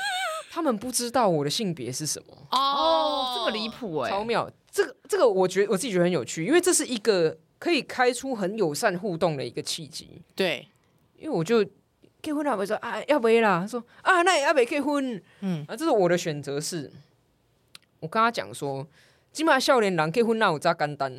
他们不知道我的性别是什么，哦，这么离，谱哎、超妙！这个这个，我觉我自己觉得很有趣，因为这是一个可以开出很友善互动的一个契机。对，因为我就结婚了，我说啊要不要啦，他说啊那也要没结婚，嗯嗯啊，这是我的选择是，我跟他讲说，今嘛少年人结婚那有咋简单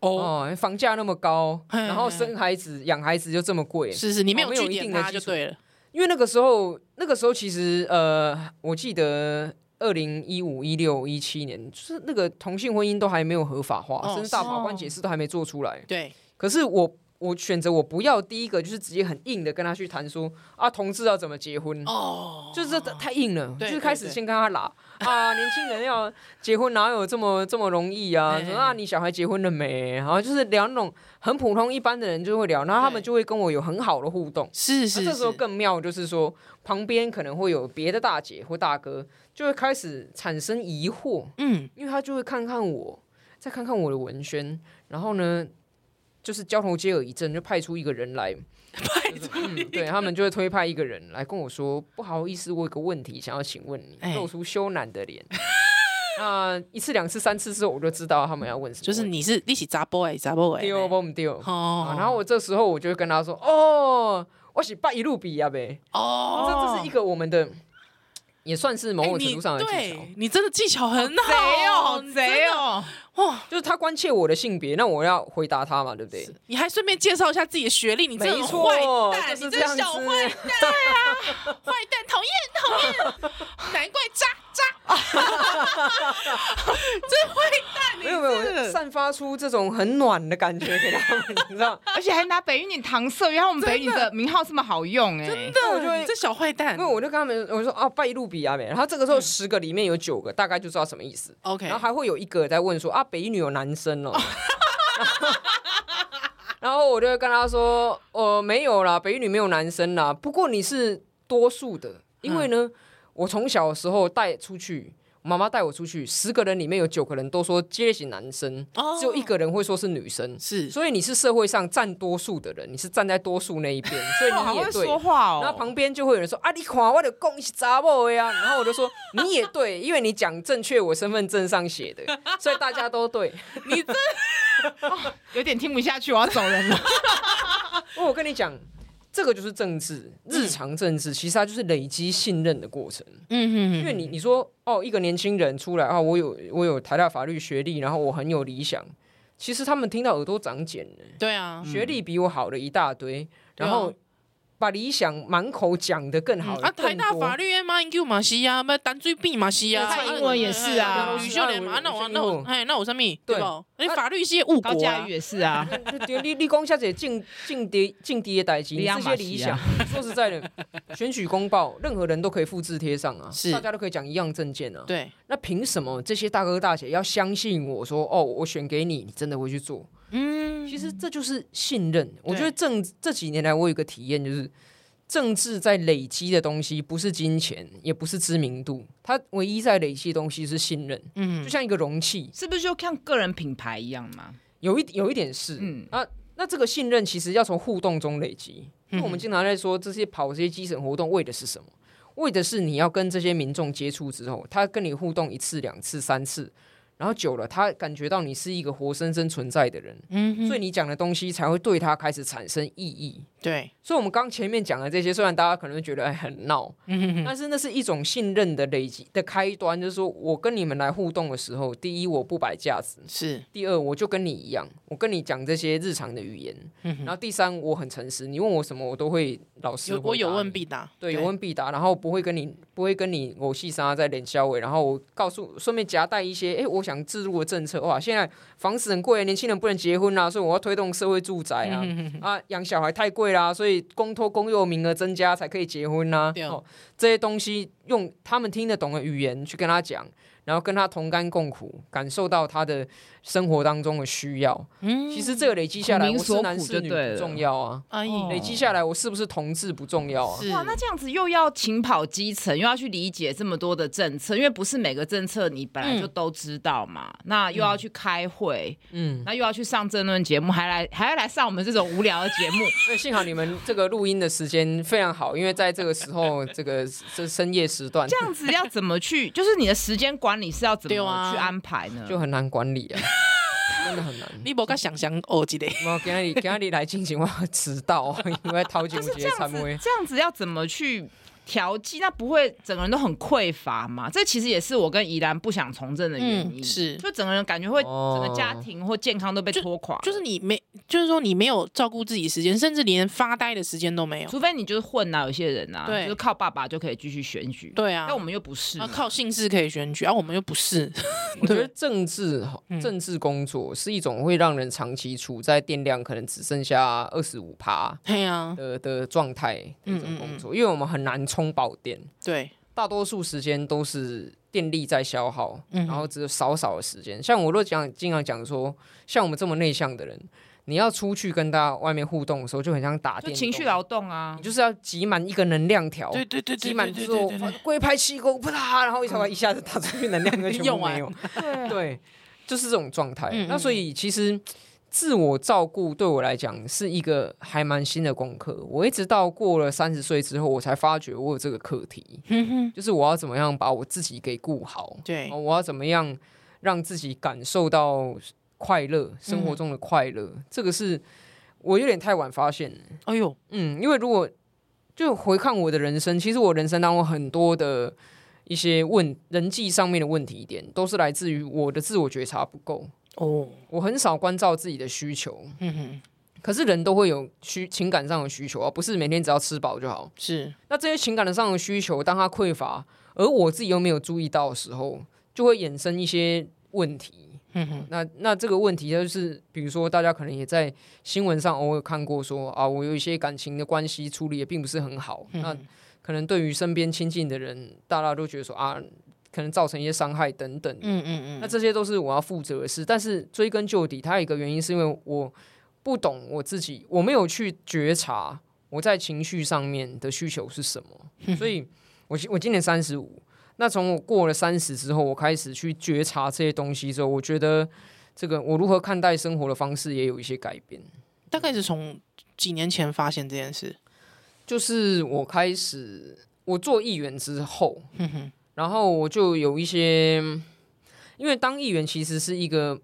哦，哦、房价那么高，嘿嘿然后生孩子养孩子又这么贵，是是，你没哦有没有去一点定的他基就础对了，因为那个时候那个时候其实呃，我记得。二零一五、一六、一七年，就是那个同性婚姻都还没有合法化，哦甚至大是法官哦解释都还没做出来。对，可是我我选择我不要第一个就是直接很硬的跟他去谈说啊，同志要怎么结婚，哦，就是这太硬了，就对是开始先跟他拉 啊，年轻人要结婚哪有这么这么容易啊？嘿嘿说啊，你小孩结婚了没？然后就是聊那种很普通一般的人就会聊，然后他们对就会跟我有很好的互动。是那是，这时候是更妙，就是说旁边可能会有别的大姐或大哥，就会开始产生疑惑，嗯，因为他就会看看我，再看看我的文宣，然后呢，就是交头接耳一阵，就派出一个 人来，派出、嗯对他们就会推派一个人来跟我说，不好意思，我有个问题想要请问你，哎露出羞赧的脸。 那、一次、两次、三次之后，我就知道他们要问什么问题，就是你是一起砸波哎，砸波哎，丢不们丢。哦啊，然后我这时候我就会跟他说，哦，我是拜一路比亚呗，哦，这这是一个我们的，也算是某哎种你程度上的技巧。对你真的技巧很好，贼哦，你真的贼哦！哇！就是他关切我的性别，那我要回答他嘛，对不对？你还顺便介绍一下自己的学历，你这没个错坏蛋，就是你这这样个子小坏蛋啊！坏蛋，讨厌讨厌，难 怪渣渣，真坏蛋！没有没有，真我的散发发出这种很暖的感觉给他们，你知道？而且还拿北语女搪塞，原来我们北语女的名号这么好用哎、那我就会你这小坏蛋因为我就跟他们我就说啊，拜路比亚美，然后这个嗯时候十个里面有九个大概就知道什么意思， ，OK，然后还会有一个在问说啊，北一女有男生哦。 然后我就会跟他说，呃，没有啦，北一女没有男生啦。不过你是多数的，因为呢，我从小的时候带出去，我妈妈带我出去，十个人里面有九个人都说接型男生，哦只有一个人会说是女生。是所以你是社会上占多数的人，你是站在多数那一边，所以哇好你也会对。说话哦。然后旁边就会有人说啊，你看我的公是杂某呀，然后我就说你也对，因为你讲正确，我身份证上写的，所以大家都对。有点听不下去，我要走人了。因为我跟你讲，这个就是政治，日常政治，其实它就是累积信任的过程。嗯嗯因为你你说哦，一个年轻人出来啊，我有我有台大法律学历，然后我很有理想，其实他们听到耳朵长茧了，嗯，对啊，学历比我好了一大堆，对啊然后。把理想满口讲的更好啊，台大更多法律的马英九马西亚，不单追避马西亚，蔡英文也是啊吕秀莲嘛，那我那我哎，那我什么对吧？哎，啊法律系误高国佳啊宇，也是 啊，就对 立立功下姐进进跌进跌代金你这让些马理西想 啊，说实在的，选举公报任何人都可以复制贴上啊，是大家都可以讲一样证件啊。对，那凭什么这些大哥大姐要相信我说哦，我选给你，你真的会去做？嗯，其实这就是信任。我觉得政这几年来，我有一个体验就是。政治在累积的东西不是金钱，也不是知名度，它唯一在累积的东西是信任。嗯，就像一个容器，是不是就像个人品牌一样嘛？有一有一点是，嗯嗯，啊，那这个信任其实要从互动中累积。因为我们经常在说这些跑这些基层活动为的是什么？为的是你要跟这些民众接触之后，他跟你互动一次、两次、三次，然后久了，他感觉到你是一个活生生存在的人，嗯，所以你讲的东西才会对他开始产生意义。对，所以，我们刚前面讲的这些，虽然大家可能会觉得哎很闹，但是那是一种信任的累积的开端。就是说我跟你们来互动的时候，第一我不摆架子，是第二，我就跟你一样，我跟你讲这些日常的语言。嗯然后第三，我很诚实，你问我什么，我都会老实有我有回答问你，必答，对，有问必答，然后不会跟你不会跟你我细沙在脸消尾，然后我告诉顺便夹带一些，哎，我想置入的政策，哇，现在房子很贵，年轻人不能结婚啊，所以我要推动社会住宅 啊，啊，养小孩太贵啦，所以公托公幼名额增加才可以结婚呐、对啊哦，这些东西用他们听得懂的语言去跟他讲，然后跟他同甘共苦，感受到他的生活当中的需要。嗯，其实这个累积下来，苦民我所是男苦是就女对不了重要啊。阿姨哦累积下来，我是不是同志不重要啊？是哇，那这样子又要勤跑基层，又要去理解这么多的政策，因为不是每个政策你本来就都知道嘛。那又要去开会，嗯，那又要去上政论节目，还来还要来上我们这种无聊的节 目，那幸好你们这个录音的时间非常好，因为在这个时候，这个这深夜时段这样子要怎么去？就是你的时间管理是要怎对啊么去安排呢？就很难管理啊，真的很难。你无甲想象哦，一个 我今天今天来进行我迟到， 因为头前就是有一这个样参子会，。这样子要怎么去调剂？那不会整个人都很匮乏嘛？这其实也是我跟怡兰不想从政的原因，嗯是就整个人感觉会哦整个家庭或健康都被拖垮了就是你没，就是说你没有照顾自己时间，甚至连发呆的时间都没有。除非你就是混啊，有些人啊，对就是靠爸爸就可以继续选举，、对啊，但我们又不是嘛、啊靠姓氏可以选举，啊我们又不是，我觉得政治嗯政治工作是一种会让人长期处在电量可能只剩下二十五趴 对啊，的的状态的嗯一种工作，因为我们很难充饱电，对，大多数时间都是电力在消耗，嗯然后只有少少的时间。像我都讲经常讲说，像我们这么内向的人，你要出去跟大家外面互动的时候，就很像打就电情绪动劳动啊你。就是要挤满一个能量条，对对对对挤满对对之后对对，嗯龟派气功，啪，然后一下一下子打出去能量就全部用没完 有，对，就是这种状态嗯。那所以其实自我照顾对我来讲是一个还蛮新的功课。我一直到过了三十岁之后，我才发觉我有这个课题，就是我要怎么样把我自己给顾好，嗯对哦我要怎么样让自己感受到快乐，生嗯活中的快乐，这个是我有点太晚发现了。哎呦，嗯，因为如果就回看我的人生，其实我人生当中很多的一些问人际上面的问题点，都是来自于我的自我觉察不够，哦，我很少关照自己的需求。嗯哼，可是人都会有需情感上的需求啊，不是每天只要吃饱就好。是那这些情感上的需求，当它匮乏，而我自己又没有注意到的时候，就会衍生一些问题。嗯哼，那那这个问题就是，比如说大家可能也在新闻上偶尔看过说啊，我有一些感情的关系处理也并不是很好，那可能对于身边亲近的人，大家都觉得说啊，可能造成一些伤害等等。嗯嗯嗯，那这些都是我要负责的事，但是追根究底，它有一个原因是因为我不懂我自己，我没有去觉察我在情绪上面的需求是什么，所以我今我今年三十五，那从我过了三十之后，我开始去觉察这些东西之后，我觉得这个我如何看待生活的方式也有一些改变，大概是从几年前发现这件事，就是我开始我做议员之后，嗯哼，然后我就有一些，因为当议员其实是一个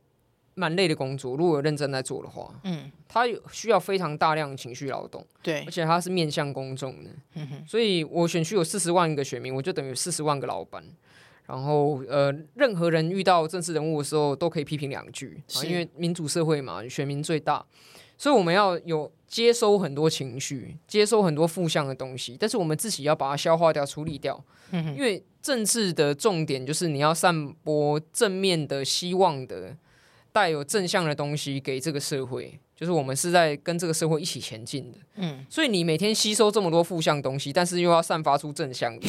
蛮累的工作，如果有认真在做的话，嗯，他有需要非常大量的情绪劳动，对而，且他是面向公众的，嗯哼，所以我选区有四十万个选民，我就等于四十万个老板。然后，呃，任何人遇到正式人物的时候，都可以批评两句，啊、是因为民主社会嘛，选民最大，所以我们要有接收很多情绪，接收很多负向的东西，但是我们自己要把它消化掉、处理掉，嗯哼，因为政治的重点就是你要散播正面的、希望的、带有正向的东西给这个社会，就是我们是在跟这个社会一起前进的。嗯，所以你每天吸收这么多负向东西，但是又要散发出正向的，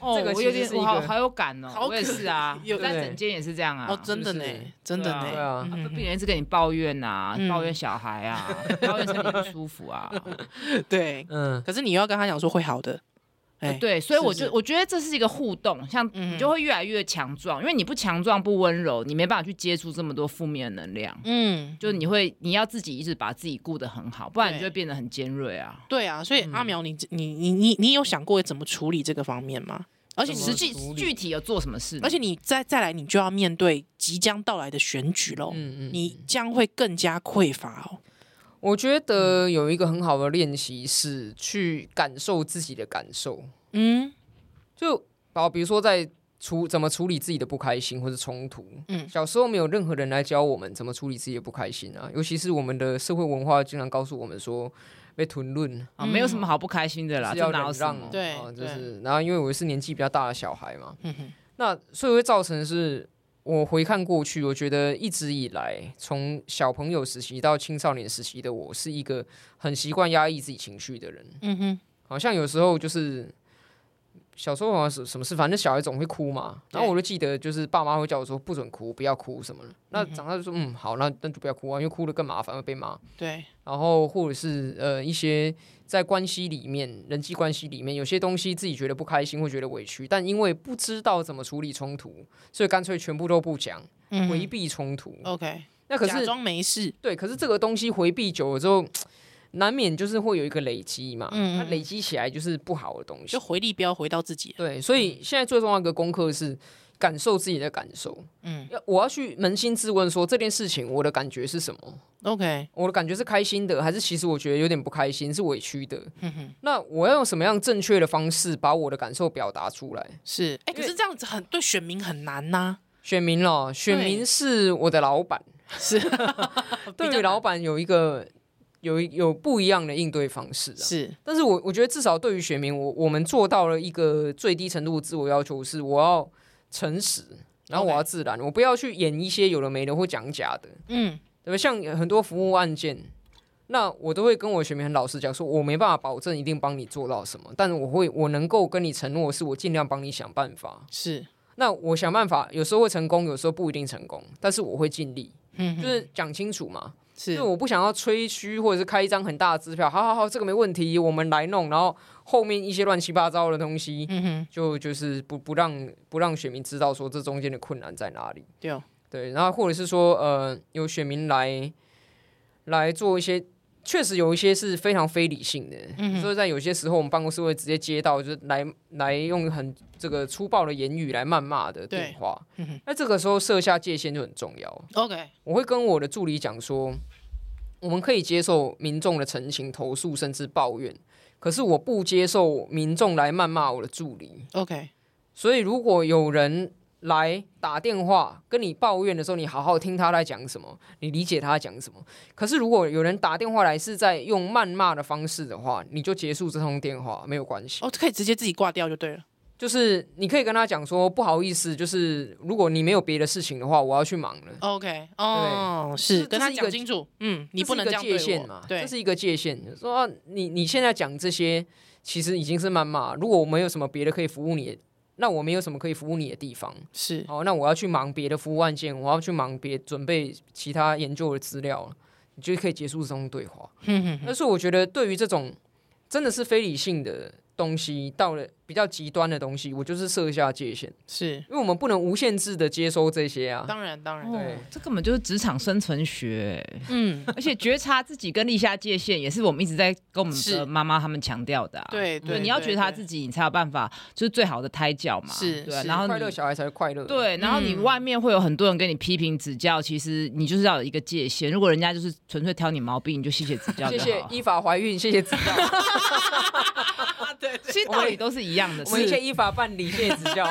哦这个我其有实点是一我好个好有感哦，好我也可是啊， 有在对整间也是这样啊，哦，真的呢是不是，真的对对呢，啊，啊病人一直跟你抱怨呐、嗯抱怨小孩 啊，抱怨身体不舒服啊，对，嗯，可是你要跟他讲说会好的，哎，对，所以我是就我觉得这是一个互动，像嗯你就会越来越强壮，因为你不强壮不温柔，你没办法去接触这么多负面能量，嗯，就你会你要自己一直把自己顾得很好，不然你对就会变得很尖锐啊。对啊，所以嗯阿苗，你你你你你有想过怎么处理这个方面吗？而且怎你么实际处理具体有做什么事呢？而且你再再来，你就要面对即将到来的选举喽，嗯嗯你将会更加匮乏哦。我觉得有一个很好的练习是去感受自己的感受，嗯就好，比如说在处怎么处理自己的不开心或者冲突。嗯小时候没有任何人来教我们怎么处理自己的不开心啊，尤其是我们的社会文化经常告诉我们说被吞论啊，嗯没有什么好不开心的啦，是这要哪有忍什让么，？对啊就对是然后因为我是年纪比较大的小孩嘛，嗯哼那所以会造成是。我回看过去，我觉得一直以来，从小朋友时期到青少年时期的我，是一个很习惯压抑自己情绪的人。嗯哼，好像有时候就是小时候好像是什么事，反正小孩总会哭嘛。对然后我就记得，就是爸妈会叫我说不准哭，不要哭什么的。那长大就说嗯好，那那就不要哭啊，因为哭了更麻烦，会被骂。对，然后或者是呃一些在关系里面、人际关系里面，有些东西自己觉得不开心，会觉得委屈，但因为不知道怎么处理冲突，所以干脆全部都不讲，嗯回哼避冲突。 ，OK，那 可假是装没事，对，可是这个东西回避久了之后，难免就是会有一个累积嘛，嗯嗯那累积起来就是不好的东西就。回力标回到自己。对，所以现在最重要的一个功课是感受自己的感受。嗯要我要去扪心自问说，这件事情我的感觉是什么？ ，OK，我的感觉是开心的，还是其实我觉得有点不开心，是委屈的？哼哼，那我要用什么样正确的方式把我的感受表达出来？是，哎，因可为是这样子很对选民很难呐，选民咯，选民是我的老板， 是对于啊老板有一个有一有不一样的应对方式、啊。是，但是我我觉得至少对于选民，我我们做到了一个最低程度的自我要求，是我要诚实，然后我 OK 要自然我不要去演一些有的没的或讲假的，嗯对吧？像很多服务案件，那我都会跟我选民很老实讲，说我没办法保证一定帮你做到什么，但是我会我能够跟你承诺，是我尽量帮你想办法。是，那我想办法，有时候会成功，有时候不一定成功，但是我会尽力，嗯就哼，是讲清楚嘛。是因为，我不想要吹嘘或者是开一张很大的支票，好好好，这个没问题，我们来弄。然后后面一些乱七八糟的东西，嗯哼，就就是不不让不让选民知道说这中间的困难在哪里。对哦，对，然后或者是说，呃，有选民来来做一些，确实有一些是非常非理性的，嗯所以在有些时候我们办公室会直接接到，就是来来用很这个粗暴的言语来谩骂的电对话嗯哼。那这个时候设下界限就很重要。 ，OK，我会跟我的助理讲说，我们可以接受民众的陈情、投诉甚至抱怨，可是我不接受民众来谩骂我的助理。 OK，所以如果有人来打电话跟你抱怨的时候，你好好听他在讲什么，你理解他在讲什么。可是如果有人打电话来是在用谩骂的方式的话，你就结束这通电话没有关系。哦，可以直接自己挂掉就对了。就是你可以跟他讲说，不好意思，就是如果你没有别的事情的话，我要去忙了。 OK，哦，这是是跟他一个讲清楚，嗯，你这不是一能个这样界对限我嘛，对这，是一个界限。说、啊、你你现在讲这些，其实已经是谩骂。如果我没有什么别的可以服务你，那我没有什么可以服务你的地方。是哦，那我要去忙别的服务案件，我要去忙别准备其他研究的资料了，你就可以结束这种对话。嗯但是我觉得对于这种真的是非理性的东西，到了比较极端的东西，我就是设下界限，是，因为我们不能无限制的接收这些啊。当然当然，哦对，这根本就是职场生存学、嗯，而且觉察自己跟立下界限，也是我们一直在跟我们是的妈妈他们强调的、啊。对对，你要觉察自己己，你才有办法，就是最好的胎教嘛。是对啊，是然后快乐你小孩才会快乐。，对，然后你嗯外面会有很多人跟你批评指教，其实你就是要有一个界限。如果人家就是纯粹挑你毛病，你就谢谢指教 谢就谢好。依法怀孕，谢 谢指教。啊，对，对其实道理都是一样的，我们一是些依法办理，谢谢指教。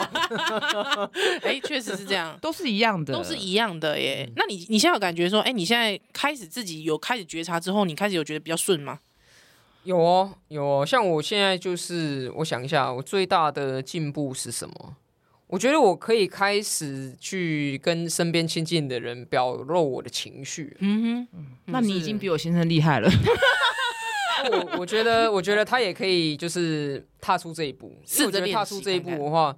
哎，确实是这样。嗯都是一样的， 都是一样的耶。那你你现在有感觉说，哎、你现在开始自己有开始觉察之后，你开始有觉得比较顺吗？ 有哦，有哦，像我现在就是，我想一下，我最大的进步是什么？我觉得我可以开始去跟身边亲近的人表露我的情绪。嗯哼，那你已经比我先生厉害了，我我觉得，我觉得他也可以，就是踏出这一步。因为我试着觉得练踏习出这一步看看的话，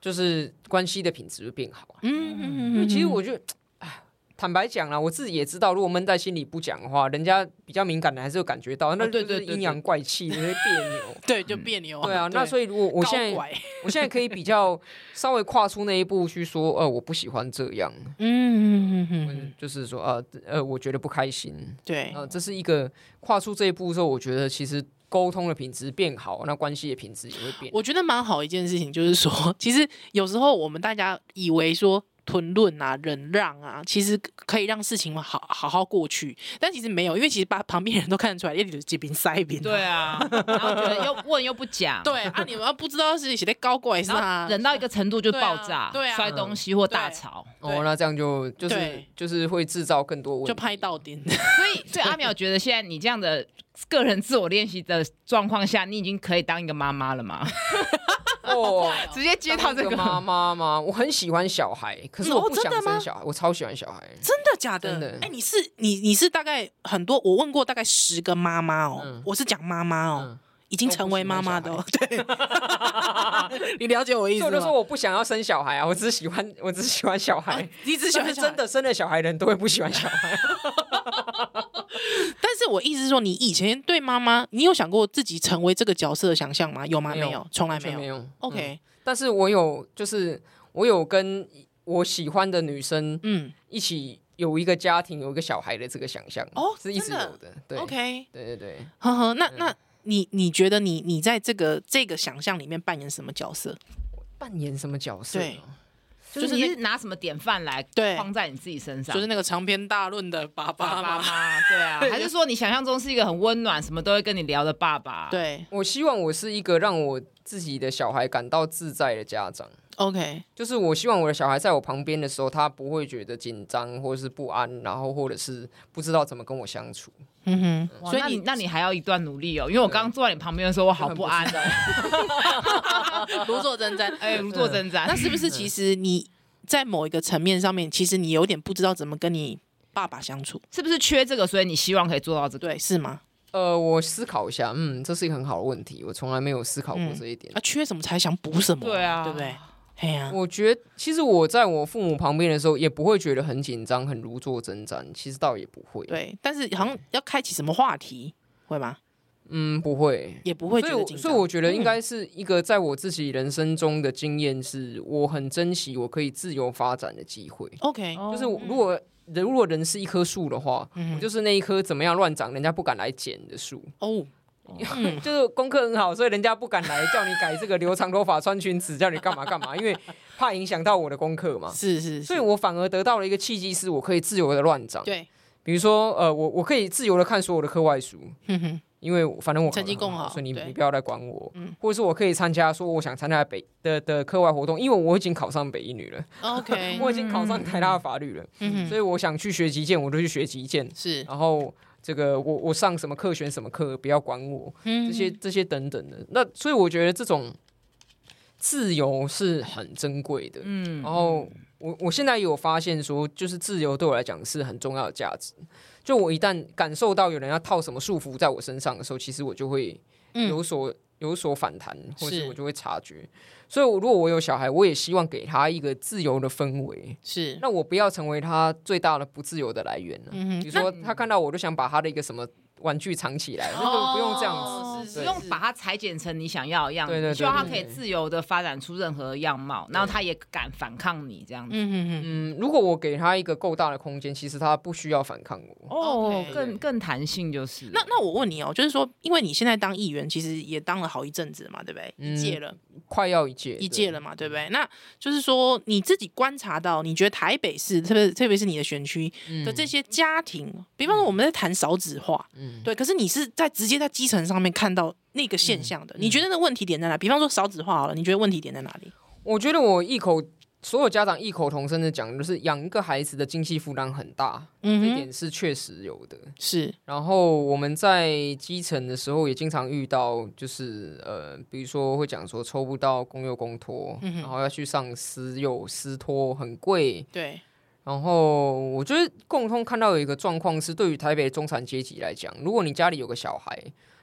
就是关系的品质会变好啊。嗯嗯，因为其实我就，哎，坦白讲啦，我自己也知道，如果闷在心里不讲的话，人家比较敏感的还是有感觉到，那哦对就对是对对阴阳怪气，有些别扭。对，就别扭、 对啊，那所以如果我现在在，我现在可以比较稍微跨出那一步去说，呃，我不喜欢这样，嗯嗯嗯嗯，就是说，呃呃，我觉得不开心，对，呃，这是一个跨出这一步之后，我觉得其实沟通的品质变好，那关系的品质也会变。我觉得蛮好一件事情，就是说， 其实有时候我们大家以为说。吞论啊，忍让啊，其实可以让事情好好好过去，但其实没有，因为其实把旁边人都看得出来，一直几瓶塞饼。对啊，然后觉得又问又不讲， 对啊，你们要不知道是写在高怪是然啊后，忍到一个程度就对爆啊炸，对啊摔东西或大吵。哦，那这样就就是对就是会制造更多问题，就拍到顶。所以，所以阿淼觉得现在你这样的个人自我练习的状况下，你已经可以当一个妈妈了吗？哦。直接接到当这一个个妈妈吗？我很喜欢小孩，可是嗯我哦不真想的吗生小孩，我超喜欢小孩。真的假的？真的哎、你是你你是大概很多，我问过大概十个妈妈哦，嗯我是讲妈妈哦，嗯已经成为妈妈的、哦，对， 你了解我意所以思我就说吗？我不想要生小孩啊，我只喜欢我只喜欢小孩。啊你只喜但欢是小孩真，的生了小孩的人都会不喜欢小孩。但是我意思是说，你以前对妈妈，你有想过自己成为这个角色的想象吗？有吗？没有没有，从来完没全有。没有。嗯 OK，但是我有，就是我有跟我喜欢的女生嗯一起有一个家庭，有一个小孩的这个想象，哦是一直真的有的。对 o k 对对对，呵呵，那那你你觉得你你在这个这个想象里面扮演什么角色？扮演什么角色？对，就就是是你那是拿什么典范来对框在你自己身上？就是那个长篇大论的爸爸爸爸吗？妈，对 啊，还是说你想象中是一个很温暖，什么都会跟你聊的爸爸？，对我希望我是一个让我自己的小孩感到自在的家长。 ，OK，就是我希望我的小孩在我旁边的时候，他不会觉得紧张或是不安，然后或者是不知道怎么跟我相处。嗯哼，所所以你以你那你还要一段努力哦，因为我刚刚坐在你旁边的时候，我好不安， 如坐针毡，哎，如坐针毡。那是不是其实你在某一个层面上面，其实你有点不知道怎么跟你爸爸相处？是不是缺这个，所以你希望可以做到这个？对，是吗？ 呃，我思考一下，嗯，这是一个很好的问题，我从来没有思考过嗯这一点。啊，缺什么才想补什么，对啊对不对？哎呀、我觉得，其实我在我父母旁边的时候，也不会觉得很紧张、很如坐针毡。其实倒也不会，，对，但是好像要开启什么话题，会吗？嗯，不会。也不会觉所得以我，紧张。嗯所以我觉得应该是一个在我自己人生中的经验，是我很珍惜我可以自由发展的机会。 OK，就是我如果人如果人是一棵树的话，嗯我就是那一棵怎么样乱长，人家不敢来剪的树。哦， 就是功课很好，所以人家不敢来叫你改这个留长头发、穿裙子，叫你干嘛干嘛，因为怕影响到我的功课嘛。是是啊所以是，我反而得到了一个契机，是我可以自由的乱长。对，比如说，呃，我我可以自由的看所有的课外书，哼嗯哼，因为反正我考得成绩很更好所以你对嗯你不要来管我。或者是我可以参加说我想参加北的的课外活动，因为我已经考上北一女了， OK，我已经考上台大的法律了，嗯哼所以我想去学击剑，我就去学击剑。是，然后这个我我上什么课选什么课，不要管我。嗯这些这些等等的。那所以我觉得这种自由是很珍贵的。嗯然后我我现在有发现说，就是自由对我来讲是很重要的价值。就我一旦感受到有人要套什么束缚在我身上的时候，其实我就会嗯有所、有所反弹，或是是我就会察觉。所以，我如果我有小孩，我也希望给他一个自由的氛围，是，那我不要成为他最大的不自由的来源啊呢、嗯哼，比如说，他看到我就想把他的一个什么玩具藏起来，那就不用这样子。哦是不是用是把它裁剪成你想要的样子，对对你对希望它对可以对自由的发展出任何样貌，然后它也敢反抗你这样子。嗯哼哼，嗯，如果我给他一个够大的空间，其实他不需要反抗我。哦 OK，更更弹性就是了。那那我问你哦，就是说，因为你现在当议员，其实也当了好一阵子嘛，对不对？一届了，快要一届，一嗯对届了嘛，对不对？那就是说，你自己观察到，你觉得台北市，特别特别是你的选区嗯的嗯这些家庭，比方说我们在谈少子化，嗯对，可是你是在直接在基层上面看到那个现象嗯的，你觉得那问题点在哪？比方说少子化好了，你觉得问题点在哪里？我觉得我异口，所有家长异口同声的讲，就是养一个孩子的经济负担很大，嗯这一哼，点是确实有的。是，然后我们在基层的时候也经常遇到，就是呃，比如说会讲说抽不到公幼公托，嗯哼然后要去上私幼私托很贵。对，然后我觉得共通看到有一个状况是，对于台北中产阶级来讲，如果你家里有个小孩，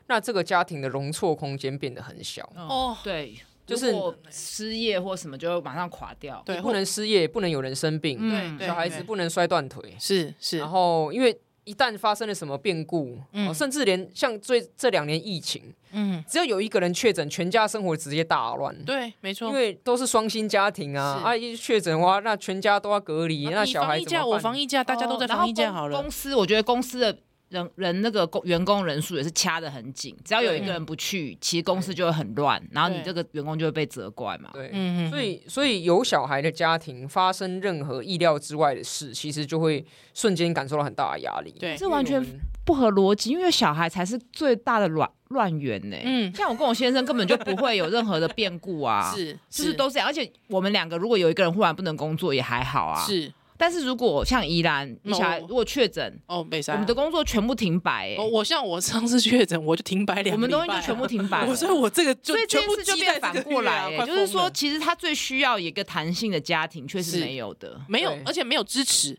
那这个家庭的容错空间变得很小。哦，对，就是如果失业或什么就会马上垮掉。对，不能失业，不能有人生病，嗯对对小孩子对不能摔断腿。是是然，后因为一旦发生了什么变故，嗯哦甚至连像最这两年疫情，嗯，只要有一个人确诊，全家生活直接大乱。对，没错因。为都是双薪家庭啊，是啊，一确诊哇，那全家都要隔离，那啊你小防孩疫怎假，么我办？防疫假，大家都在防疫假好哦然后公了。公司我觉得公司的人人那个工员工人数也是掐的很紧，只要有一个人不去，其实公司就会很乱，然后你对这个员工就会被责怪嘛。对，嗯所以所以有小孩的家庭发生任何意料之外的事，其实就会瞬间感受到很大的压力。对这完全因为我们不合逻辑，因为小孩才是最大的乱乱源呢、嗯像我跟我先生根本就不会有任何的变故啊。。 是就是都这样，而且我们两个如果有一个人忽然不能工作也还好啊。。是但是如果像宜兰，你小孩哦如果确诊，哦，北我山们的。工作全部停摆、欸，哦，我像我上次确诊，我就停摆两个我们东西礼就拜全部停摆啊了。 我所以，我这个就所以这全件部事就积变在这反个过月啊来、欸快就是疯说，了其实他最需要一个弹性的家庭，却是是没有的。没有对，而且没有支持。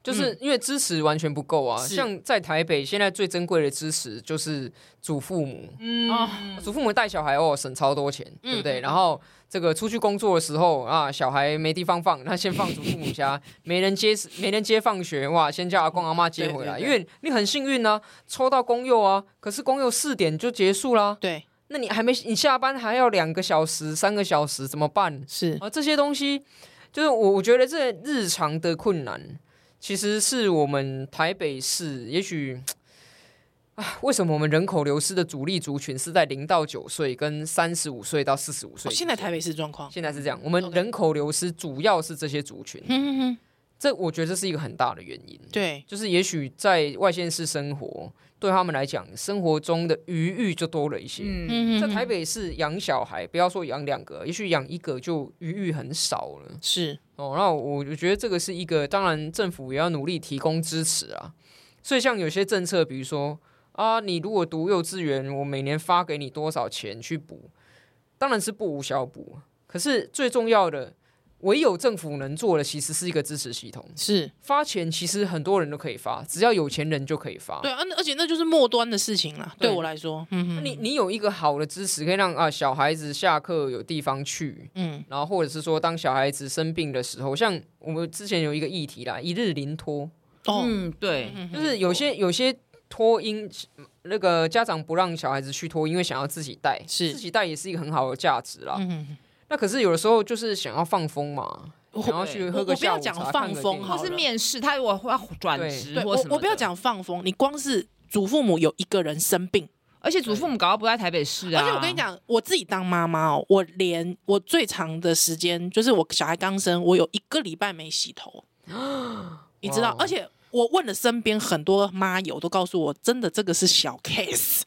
就是因为支持完全不够啊，是像在台北现在最珍贵的支持就是祖父母，嗯，祖父母带小孩哦省超多钱，对不对？然后这个出去工作的时候啊，小孩没地方放，那先放祖父母家，没人接没人接放学哇，先叫阿公阿妈接回来，对对因为你很幸运呢、抽到公幼啊，可是公幼四点就结束啦，对，那你还没你下班还要两个小时三个小时怎么办？是啊，这些东西就是我我觉得这日常的困难，其实是我们台北市也许。啊，为什么我们人口流失的主力族群是在零到九岁跟三十五岁到四十五岁哦之现间？在台北市状况。现在是这样，我们 OK 人口流失主要是这些族群，嗯嗯嗯，这我觉得这是一个很大的原因。对，就是也许在外县市生活，对他们来讲，生活中的余裕就多了一些。嗯，嗯在台北北市养小孩，不要说养两个，也许养一个就余裕很少了。是哦，那我我觉得这个是一个，当然政府也要努力提供支持啊。所以像有些政策，比如说啊，你如果读幼稚园，我每年发给你多少钱去补，当然是不无小补。可是最重要的，唯有政府能做的，其实是一个支持系统。是，发钱其实很多人都可以发，只要有钱人就可以发。对，啊那而且那就是末端的事情啦。对对我来说，嗯那嗯你你有一个好的支持，可以让啊小孩子下课有地方去，嗯，然后或者是说，当小孩子生病的时候，像我们之前有一个议题啦，一日零托，哦，嗯，对，就是有些有些托婴那个家长不让小孩子去托，因为想要自己带，是自己带也是一个很好的价值啦。嗯，那可是有的时候就是想要放风嘛，我想要去哦我喝我个不要下午讲茶，放看个风电影嗯好或了是面试，他如果要转职对或我什么，我不要，讲放风，你光是祖父母有一个人生病。而且祖父母搞到不在台北市啊。而且我跟你，讲，我自己当妈妈哦，我连我最长的时间就是我小孩刚生，我有一个礼拜没洗 头，你知道哇哦？而且我问了身边很多妈友，都告诉我，真的这个是小 case，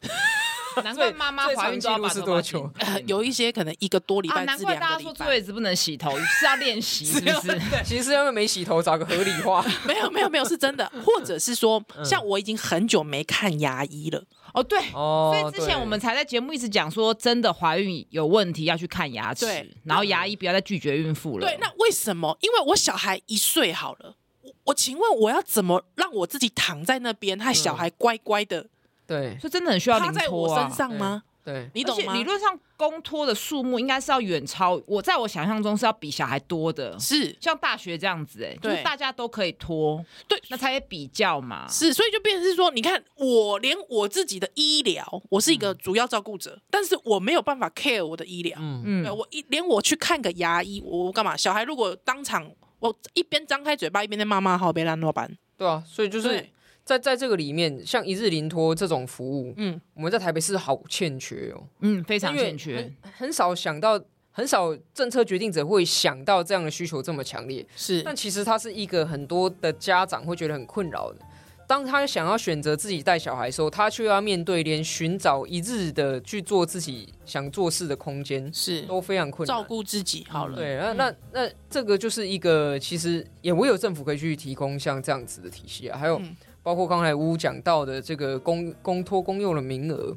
难怪妈妈最怀长孕记都要录把是头多发剪久？呃有一些可能一个多礼啊，拜难至怪两大个家礼说坐拜。月子不能洗头，是要练习，是不是？ 其实因为没洗头，找个合理 化。没有没有没有，是 真的，或者是说，像我已经很久没看牙医了，哦，对。哦所以之前我们对才在节目一直讲说，真的怀孕有问题要去看牙齿对，嗯然后牙医不要再拒绝孕妇了。对，那为什么？因为我小孩一岁好了，我我请问我要怎么让我自己躺在那边，害小孩乖乖的对所以真的很需要趴临在托我啊身。上吗？对你而懂且吗理？论上，公托的数目应该是要远超我在我想象中是要比小孩多的，是像大学这样子、哎，就对是大家都可以托，对，那才也比较嘛。是，所以就变成是说，你看我连我自己的医疗，我是一个主要照顾者，但是我没有办法 care 我的医疗。嗯，嗯对，我一连我去看个牙医，我我干嘛？小孩如果当场我一边张开嘴巴一边在骂骂号，被烂落班，对啊，所以就就是是在在这个里面，像一日临托这种服务，嗯我们在台北市好欠缺哦，嗯，非非常欠缺。，很少想到，很少政策决定者会想到这样的需求这么强烈。是但其实它是一个很多的家长会觉得很困扰的。当他想要选择自己带小孩的时候，他却要面对连寻找一日的去做自己想做事的空间是都非常困难。照顾自己好了。对，那那那这个就是一个，其实也唯有政府可以去提供像这样子的体系啊，还有嗯包括刚才乌讲到的这个公公托公幼的名额，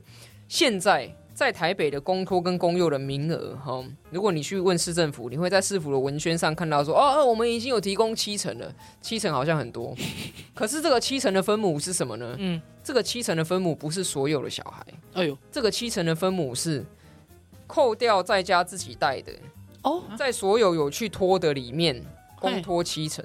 现在在台北的公托跟公幼的名额哈，如果你去问市政府，你会在市府的文宣上看到说，哦，哦我们已经有提供七成了，七成好像很多，可是这个七成的分母是什么呢？嗯，这个七成的分母不是所有的小孩，哎呦，这个七成的分母是扣掉在家自己带的。哦，在所有有去拖的里面，公拖七成。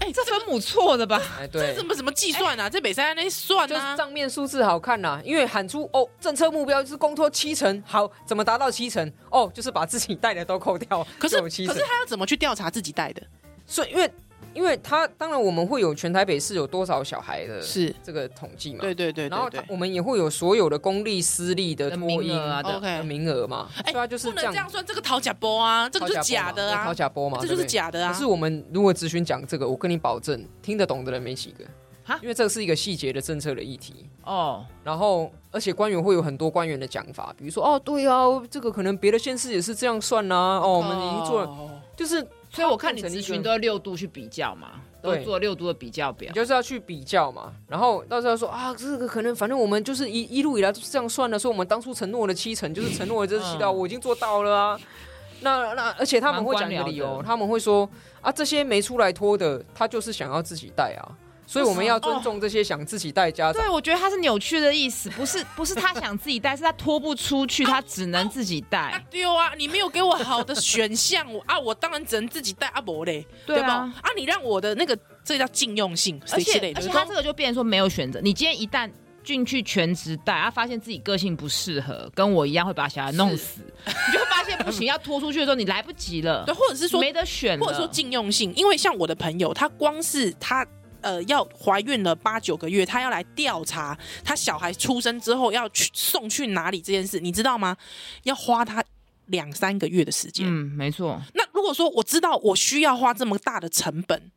哎，这分母错的 吧？哎，啊这对，怎么怎么计算啊？这北山那算哎就是啊？账面数字好看啦、因为喊出哦，政策目标就是公拖七成，好，怎么达到七成？哦，就是把自己带的都扣掉， 可是就有可七成是。他要怎么去调查自己带的？所以因为因为他当然我们会有全台北市有多少小孩的是这个统计呃嘛，对对对然后对他对。我们也会有所有的公立、私立的的托名婴额啊的 OK 的名额嘛，哎对啊，就是不能这样样，算，这个讨假波啊，这个就是假的啊讨，假波嘛，这就对是不对假的啊。可是我们如果咨询讲这个，我跟你保证，听得懂的人没几个哈，因为这是一个细节的政策的议题。哦，然后，而且官员会有很多官员的讲法，比如说，哦，对啊，这个可能别的县市也是这样算呐、哦，我们已经做了，了，就是所以哦我看你它变成一咨个询都要六度去比较嘛，都对做六度的比较表你。就是要去比较嘛。然后到时候说啊，这个可能反正我们就是一一路以来都是这样算的，说我们当初承诺的七成就是承诺的这七到，嗯我已经做到了啊。那那而且他们会讲一个理蛮官僚由的，他们会说啊，这些没出来拖的，他就是想要自己带啊，所以我们要尊重这些想自己带家长。对，我觉得他是扭曲的意思，不是不是他想自己带，是他拖不出去，他只能自己啊 带。丢啊！你没有给我好的选项，我啊，我当然只能自己带阿伯嘞，对啊吧？啊，你让我的那个这叫禁用性，而谁之且类的而且他就这个就变成说没有选择。你今天一旦进去全职带，他发现自己个性不适合，跟我一样会把小孩弄死， 你就会发现不行，要拖出去的时候你来不及了，对，或者是说，没得选了，或者说禁用性，因为像我的朋友，他光是他。呃，要怀孕了八九个月，他要来调查他小孩出生之后要去送去哪里这件事，你知道吗？要花他两三个月的时间。嗯，没错，那如果说我知道我需要花这么大的成本，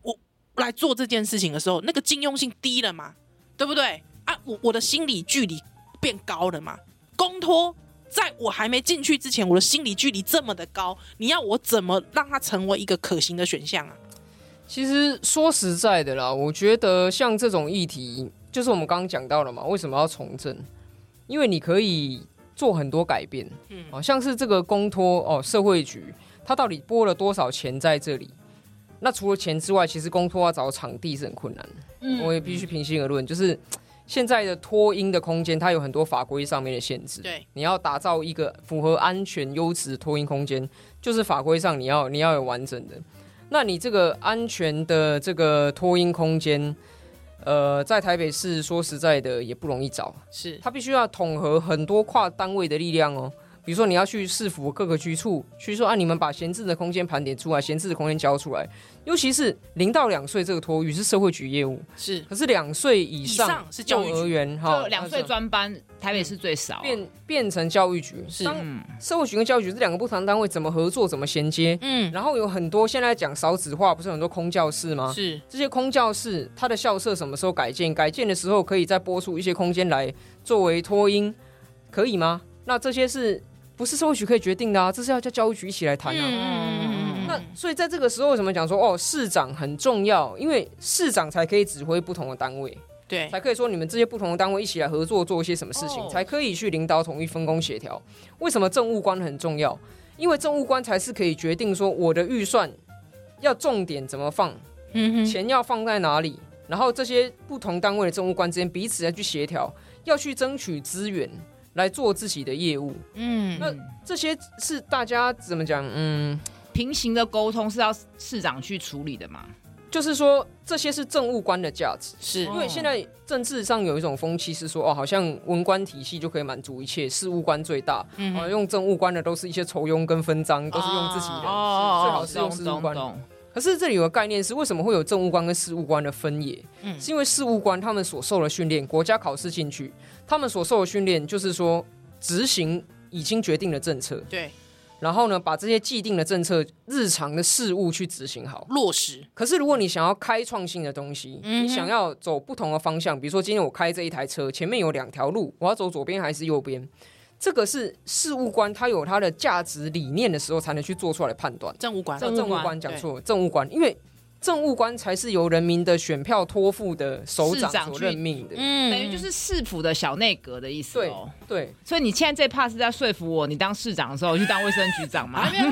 我来做这件事情的时候，那个禁用性低了嘛，对不对？啊，我我的心理距离变高了嘛，公托。在我还没进去之前，我的心理距离这么的高，你要我怎么让它成为一个可行的选项啊？其实说实在的啦，我觉得像这种议题，就是我们刚刚讲到了嘛，为什么要从政？因为你可以做很多改变，嗯，好、像是这个公托哦，社会局它到底拨了多少钱在这里？那除了钱之外，其实公托要找场地是很困难的。嗯，我也必须平心而论，就是现在的托婴的空间，它有很多法规上面的限制。对，你要打造一个符合安全优质的托婴空间，就是法规上你要你要有完整的。那你这个安全的这个托婴空间，呃，在台北市说实在的也不容易找，是它必须要统合很多跨单位的力量哦，比如说你要去市府各个局处去说啊，你们把闲置的空间盘点出来，闲置的空间交出来。尤其是零到两岁这个托育是社会局业务，是可是两岁以上以上是教育局幼儿园哈就，两岁专班，台北市最少啊、嗯变变成教育局，是当社会局跟教育局这两个不同单位怎么合作，怎么衔接？嗯然后有很多现在讲少子化，不是很多空教室吗？是这些空教室它的校舍什么时候改建？改建的时候可以再拨出一些空间来作为托婴，可以吗？那这些是不是社会局可以决定的啊？这是要叫教育局一起来谈啊。嗯那所以在这个时候，为什么讲说哦，市长很重要？因为市长才可以指挥不同的单位，对才可以说你们这些不同的单位一起来合作做一些什么事情，哦才可以去领导统一分工协调。为什么政务官很重要？因为政务官才是可以决定说我的预算要重点怎么放，嗯哼钱要放在哪里，然后这些不同单位的政务官之间彼此要去协调，要去争取资源来做自己的业务。嗯那这些是大家怎么讲？嗯，平行的沟通是要市长去处理的嘛？就是说这些是政务官的价值。是因为现在政治上有一种风气是说，哦，好像文官体系就可以满足一切，事务官最大，嗯啊，用政务官的都是一些仇庸跟分赃，都是用自己人，哦最好是用懂事务懂官。懂，可是这里有个概念是，为什么会有政务官跟事务官的分野？嗯是因为事务官他们所受的训练，国家考试进去，他们所受的训练就是说执行已经决定的政策，对然后呢，把这些既定的政策日常的事务去执行好。落实可是如果你想要开创性的东西，嗯哼你想要走不同的方向，比如说今天我开这一台车，前面有两条路，我要走左边还是右边？这个是事务官他有他的价值理念的时候才能去做出来的判断。政务官政政务官官讲错了，政务官，因为政务官才是由人民的选票托付的首市长长所去任命的。嗯等于就是市府的小内阁的意思哦。对，所以你现在这 part 是在说服我，你当市长的时候去当卫生局 长吗？我就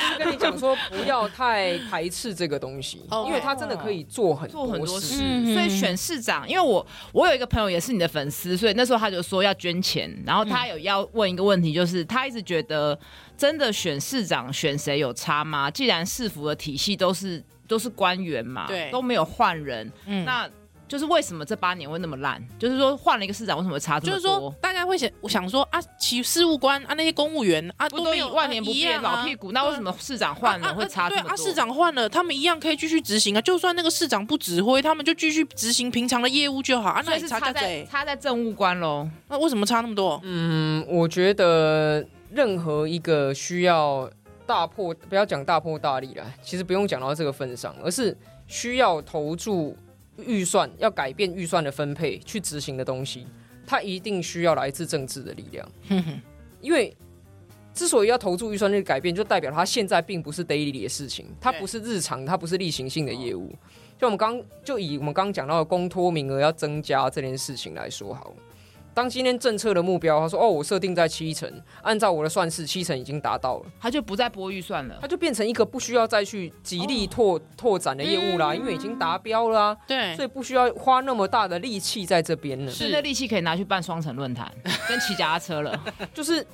是跟你讲说，不要太排斥这个东西，哦因为他真的可以做很做很多事。事，嗯所以选市长，因为我我有一个朋友也是你的粉丝，所以那时候他就说要捐钱，然后嗯他有要问一个问题，就是他一直觉得真的选市长选谁有差吗？既然市府的体系都是都是官员嘛，对都没有换人，嗯那就是为什么这八年会那么烂？就是说换了一个市长，为什么会差这就么是多？说，大家会想我想说啊，其事务官啊，那些公务员啊，不都都没一有万年不变、老屁股股，那为什么市长换了会差这对么多？啊，市长换了，他们一样可以继续执行啊。就算那个市长不指挥，他们就继续执行平常的业务就好啊。那所以也是差差价在贼，差在政务官喽。那为什么差那么多？嗯，我觉得任何一个需要大破，不要讲大破大立啦，其实不用讲到这个份上，而是需要投注预算，要改变预算的分配去执行的东西，它一定需要来自政治的力量。哼哼因为之所以要投注预算去改变，就代表它现在并不是 daily 的事情，它不是日常，它不是例行性的业哦务。就我们刚就以我们刚讲到的公托名额要增加这件事情来说好了。当今天政策的目标，他说：“哦，我设定在七成，按照我的算式，七成已经达到了，他就不再拨预算了它，就变成一个不需要再去极力哦拓、拓展的业务嗯啦，因为已经达标啦、对所，以不需要花那么大的力气在这边了。嗯是所以那力气可以拿去办双城论坛跟骑脚踏车了。就是，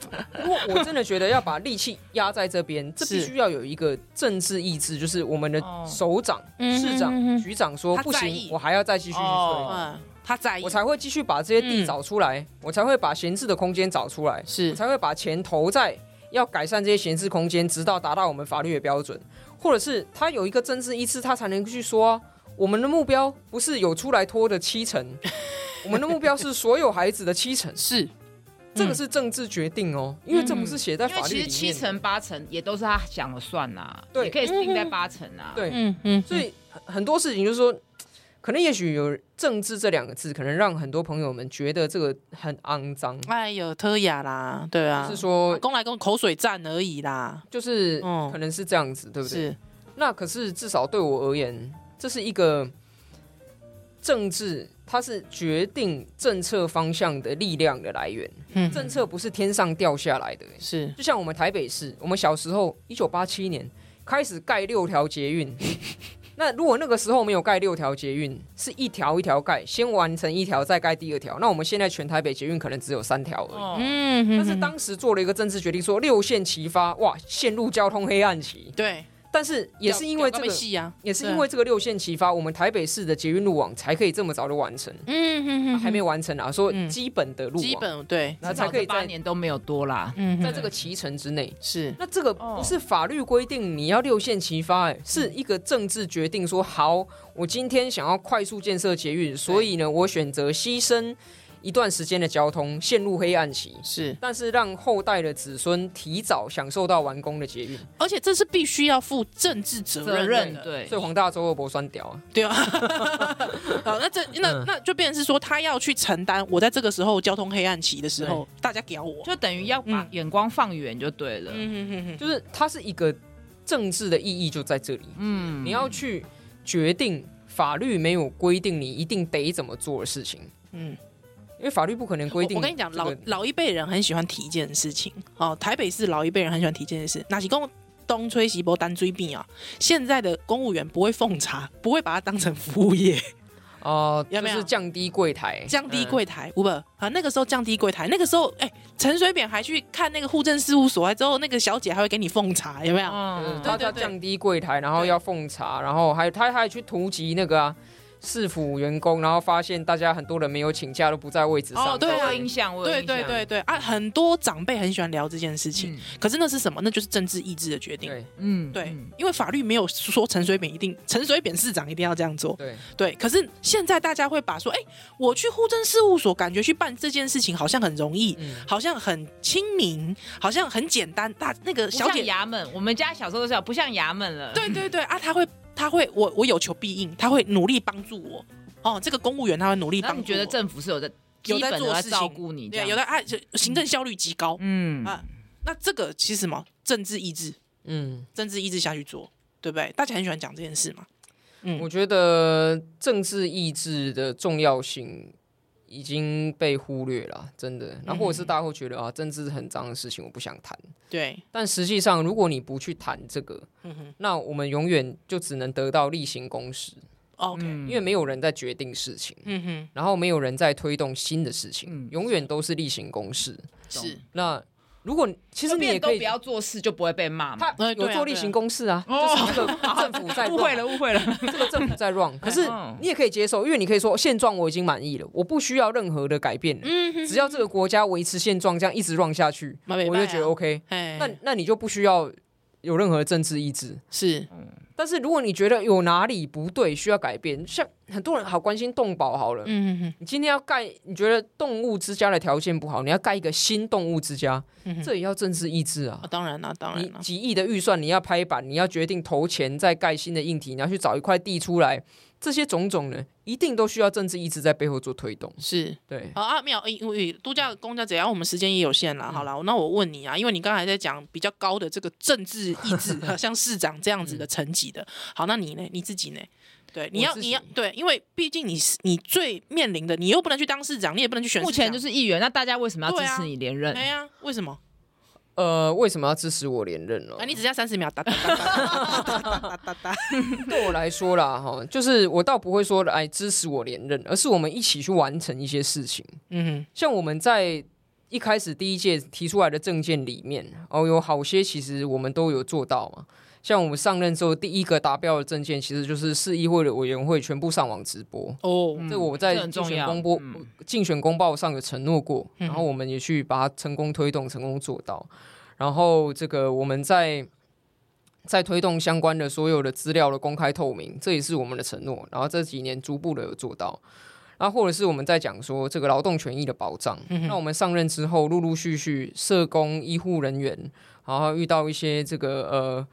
如果我真的觉得要把力气压在这边，这必 是须要有一个政治意志，就是我们的哦首长、嗯市长、嗯嗯嗯局长说他不在行意，我还要再继续去推，哦嗯，他在意我才会继续把这些地嗯找出来，我才会把闲置的空间找出来，是我才会把钱投在要改善这些闲置空间，直到达到我们法律的标准，或者是他有一个政治意志，他才能去说、啊、我们的目标不是有出来拖的 七成，我们的目标是所有孩子的七嗯成。是这个是政治决定哦，因为这不是写在嗯因为法律里其面实七的。成八成也都是他想了算呐、对也可以定在八成啊。 对嗯嗯，所以很很多事情就是说，可能也许有“政治”这两个字，可能让很多朋友们觉得这个很肮脏，哎呦，特雅啦，对啊，是说攻来攻口水战而已啦，就是嗯可能是这样子，对不对？是那可是至少对我而言，这是一个政治，它是决定政策方向的力量的来源。嗯政策不是天上掉下来的，是就像我们台北市，我们小时候，一九八七年开始盖六条捷运。 那如果那个时候没有盖六条捷运，是一条一条盖，先完成一条再盖第二条，那我们现在全台北捷运可能只有三条而已。哦，嗯，但是当时做了一个政治决定，说六线齐发，哇，陷入交通黑暗期。对但是也是因为屌屌这到被个，戏呀，也是对啊因为这个六线齐发，我们台北市的捷运路网才可以这么早就完成，嗯嗯嗯，还没完成啊，说嗯基本的路基网，本对，那至才少可这以八在年都没有多啦。嗯，在这个骑程之内。是那这个哦不是法律规定你要六线齐发、哎，是一个政治决定说好，我今天想要快速建设捷运，所以呢，我选择牺牲一段时间的交通，陷入黑暗期，是，但是让后代的子孙提早享受到完工的捷运。而且这是必须要负政治责责任任的，对所以黄大洲又不算屌啊，对啊，好，那这那那就变成是说，他要去承担我在这个时候交通黑暗期的时候，大家屌我，就等于要把嗯眼光放远就对了。嗯嗯嗯就是它是一个政治的意义就在这里，嗯，你要去决定法律没有规定你一定得怎么做的事情，嗯，因为法律不可能规定、我我跟你讲，这个老老一辈人很喜欢提一件事情哦，台北市老一辈人很喜欢提一件事，哪是公东吹西波单追病啊？现在的公务员不会奉茶，不会把它当成服务业，哦、有就没有是降低柜台， 降低柜台，不不啊，那个时候降低柜台，那个时候哎，陈水扁还去看那个户政事务所，还之后那个小姐还会给你奉茶，有没有？嗯，嗯，他对要对降低柜台，然后要奉茶，然后还有他还去突击那个啊市府员工，然后发现大家很多人没有请假，都不在位置上。哦对啊我有印象，我有对印对象对对啊，很多长辈很喜欢聊这件事情，嗯可是那是什么？那就是政治意志的决定。对嗯对嗯因为法律没有说陈水扁一定，陈水扁市长一定要这样做。对，对，可是现在大家会把说，哎，我去户政事务所，感觉去办这件事情好像很容易，嗯，好像很亲民，好像很简单。大那个不小像姐，衙门，我们家小时候都叫不像衙门了。对对对啊，他会他会我我有求必应，他会努力帮助我。哦，这个公务员他会努力那帮你助我。觉得政府是有在有基本在的做在事照情？顾你这对啊，样？有的啊，就行政效率极高。嗯啊那这个其实什么政治意志，嗯，政治意志下去做，对不对？大家很喜欢讲这件事嘛。嗯我觉得政治意志的重要性已经被忽略了，真的。然后或者是嗯大家会觉得啊，政治是很脏的事情，我不想谈。对，但实际上，如果你不去谈这个，嗯哼那我们永远就只能得到例行公事， ，OK，嗯因为没有人在决定事情。嗯哼，然后没有人在推动新的事情，嗯永远都是例行公事。是，那如果其其实你也都可以不，要做事就不会被骂嘛。他哎对有啊做例行公事啊，对啊就是这个政府在误会了，误会了。 run，这个政府在 run，可是嗯你也可以接受，因为你可以说现状我已经满意了，我不需要任何的改变了，嗯哼，只要这个国家维持现状，这样一直 run 下去，那我没办法就觉得 OK。哎，那那你就不需要有任何政治意志。是，但是如果你觉得有哪里不对需要改变，像很多人好关心动保好了，嗯哼你今天要盖，你觉得动物之家的条件不好，你要盖一个新动物之家，嗯哼，这也要政治意志啊啊，！当然啦，当然你啦，几亿的预算，你要拍板，你要决定投钱再盖新的硬体，你要去找一块地出来，这些种种呢，一定都需要政治意志在背后做推动。是。对，好啊，没有，因为度假公假怎样，我们时间也有限啦。好啦，那我问你啊，因为你刚才在讲比较高的这个政治意 志，像市长这样子的层级的，好，那你呢？你自己呢？对，你我要自你己要对，因为毕竟你是你最面临的，你又不能去当市长，你也不能去选市长。目前就是议员，那大家为什么要对支啊持你连任？哎呀，为什么？呃，为什么要支持我连任哦啊，？你只要三十秒，哒哒哒哒哒哒哒哒。对我来说啦，哈，就是我倒不会说来支持我连任，而是我们一起去完成一些事情。 嗯像我们在一开始第一届提出来的证件里面，哦，有好些其实我们都有做到嘛。像我们上任之后，第一个达标的证件其实就是市议会的委员会全部上网直播。哦，嗯这我这在很竞重选要公播、嗯竞选公报上有承诺过，嗯然后我们也去把它成功推动、成功做到。然后这个我们在在推动相关的所有的资料的公开透明，这也是我们的承诺。然后这几年逐步的有做到。然后或者是我们在讲说这个劳动权益的保障，嗯那我们上任之后，陆陆续续社工、医护人员，然后遇到一些这个呃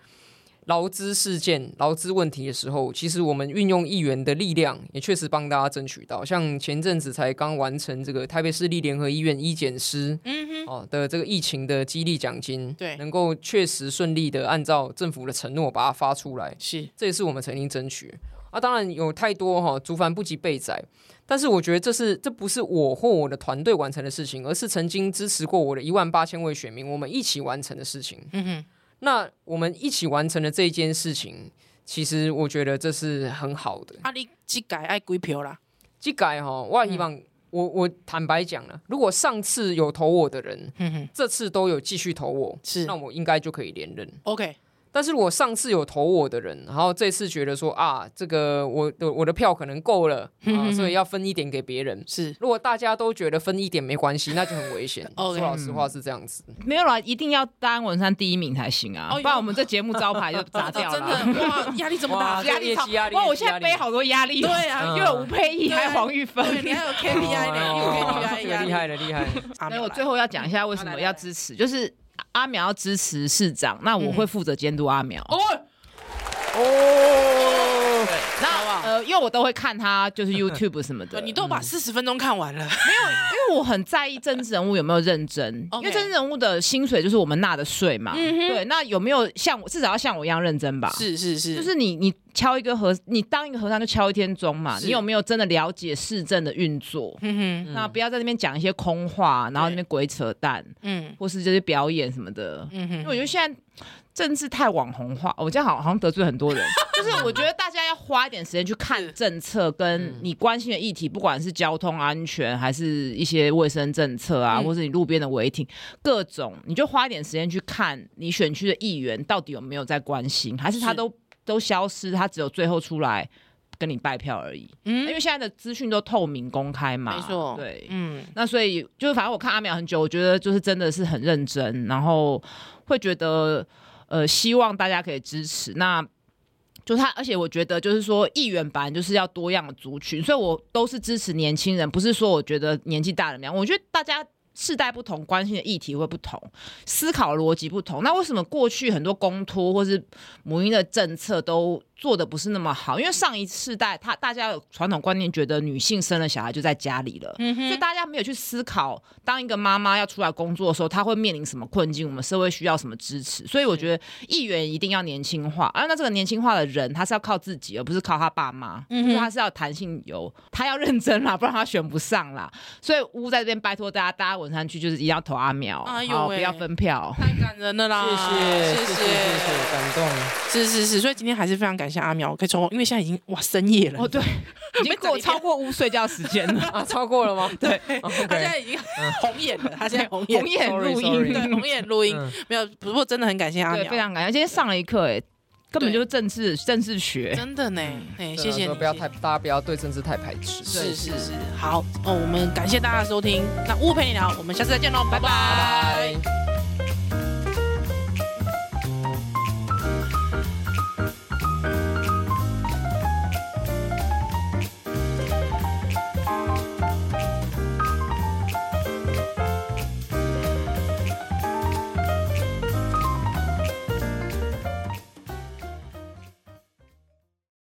劳资事件、劳资问题的时候，其实我们运用议员的力量，也确实帮大家争取到。像前阵子才刚完成这个台北市立联合医院医检师嗯哼，哦的这个疫情的激励奖金，对能够确实顺利的按照政府的承诺把它发出来，是，这也是我们曾经争取。啊，当然有太多哈、竹凡不及被宰，但是我觉得这是这不是我或我的团队完成的事情，而是曾经支持过我的一万八千位选民，我们一起完成的事情。嗯哼，那我们一起完成了这一件事情，其实我觉得这是很好的。啊，你即改爱几票啦？这改哈，我也希望、我我坦白讲了，如果上次有投我的人，嗯哼，这次都有继续投我，是那我应该就可以连任。 ，OK，但是如果上次有投我的人，然后这次觉得说啊，这个我的我的票可能够了啊，所以要分一点给 别人。是如果大家都觉得分一点没关系，那就很危险。说 OK 老实话是这样子，没有啦，一定要单文山第一名才行啊，哦不然我们这节目招牌就 砸哦掉了。真的哇，压力这么大哇，压这力业超绩压力哇！业我绩现在压力背好多压力，哦对啊 又有吴佩仪，对还有黄玉芬。对你还有 KPI 呢，你有哦 KPI 这个压力厉害了，厉害了。啊 所以有我啦最后要讲一下为什么要支持，就是阿苗要支持市长，那我会负责监督阿苗。嗯哦，哦，那呃，因为我都会看他就是 YouTube 什么的，对啊哦你都把四十分钟看完了，因为我很在意政治人物有没有认真，因 OK 为政治人物的薪水就是我们纳的税嘛。嗯哼对，那有没有像我至少要像我一样认真吧？。是是是，就是你，你敲一个和你当一个和尚就敲一天钟嘛。是你有没有真的了解市政的运作？嗯哼那不要在那边讲一些空话，然后那边鬼扯淡，嗯或是这些表演什么的。嗯因为哼，我觉得现在政治太网红化，我这样好好像得罪很多 人。就是我觉得大家要花一点时间去看政策，嗯跟你关心的议题，不管是交通安全，还是一些卫生政策啊，嗯或是你路边的违停，各种，你就花一点时间去看你选区的议员到底有没有在关心，还是他是都都消失，他只有最后出来。跟你拜票而已，嗯因为现在的资讯都透明公开嘛，没错，哎对，嗯。那所以就是，反正我看阿淼啊很久，我觉得就是真的是很认真，然后会觉得呃，希望大家可以支持。那就他，而且我觉得就是说，议员本来就是要多样的族群，所以我都是支持年轻人，不是说我觉得年纪大的那样。我觉得大家世代不同，关心的议题会不同，思考逻辑不同。那为什么过去很多公托或是母婴的政策都做的不是那么好？因为上一世代，他大家有传统观念，觉得女性生了小孩就在家里了，嗯所以大家没有去思考，当一个妈妈要出来工作的时候，她会面临什么困境，我们社会需要什么支持。所以我觉得议员一定要年轻化，啊，那这个年轻化的人，他是要靠自己，而不是靠他爸妈，嗯就是他是要弹性有，他要认真啦，不然他选不上啦。所以乌在这边拜托大家，大家文山区就是一定要投阿苗，哎呦好喂不要分票。太感人了啦！谢谢，谢谢，谢谢，感动。是是是，所以今天还是非常感谢阿苗，可以从因为现在已经哇深夜了，哦， 对，已经过超过乌睡觉时间了。啊，超过了吗？对他现，OK，在已经红眼了， 他现在红 眼，红眼录 Sorry，sorry 音，对红眼录音嗯，没有，不过真的很感谢阿对，苗非，常感谢。今天上了一课，哎，根本就是政治政治学。真的呢，哎，谢谢啊说你，不要谢太，大家不要对政治太排斥。是是是，好哦，我们感谢大家的收听，那乌陪你聊，我们下次再见喽，拜拜。拜。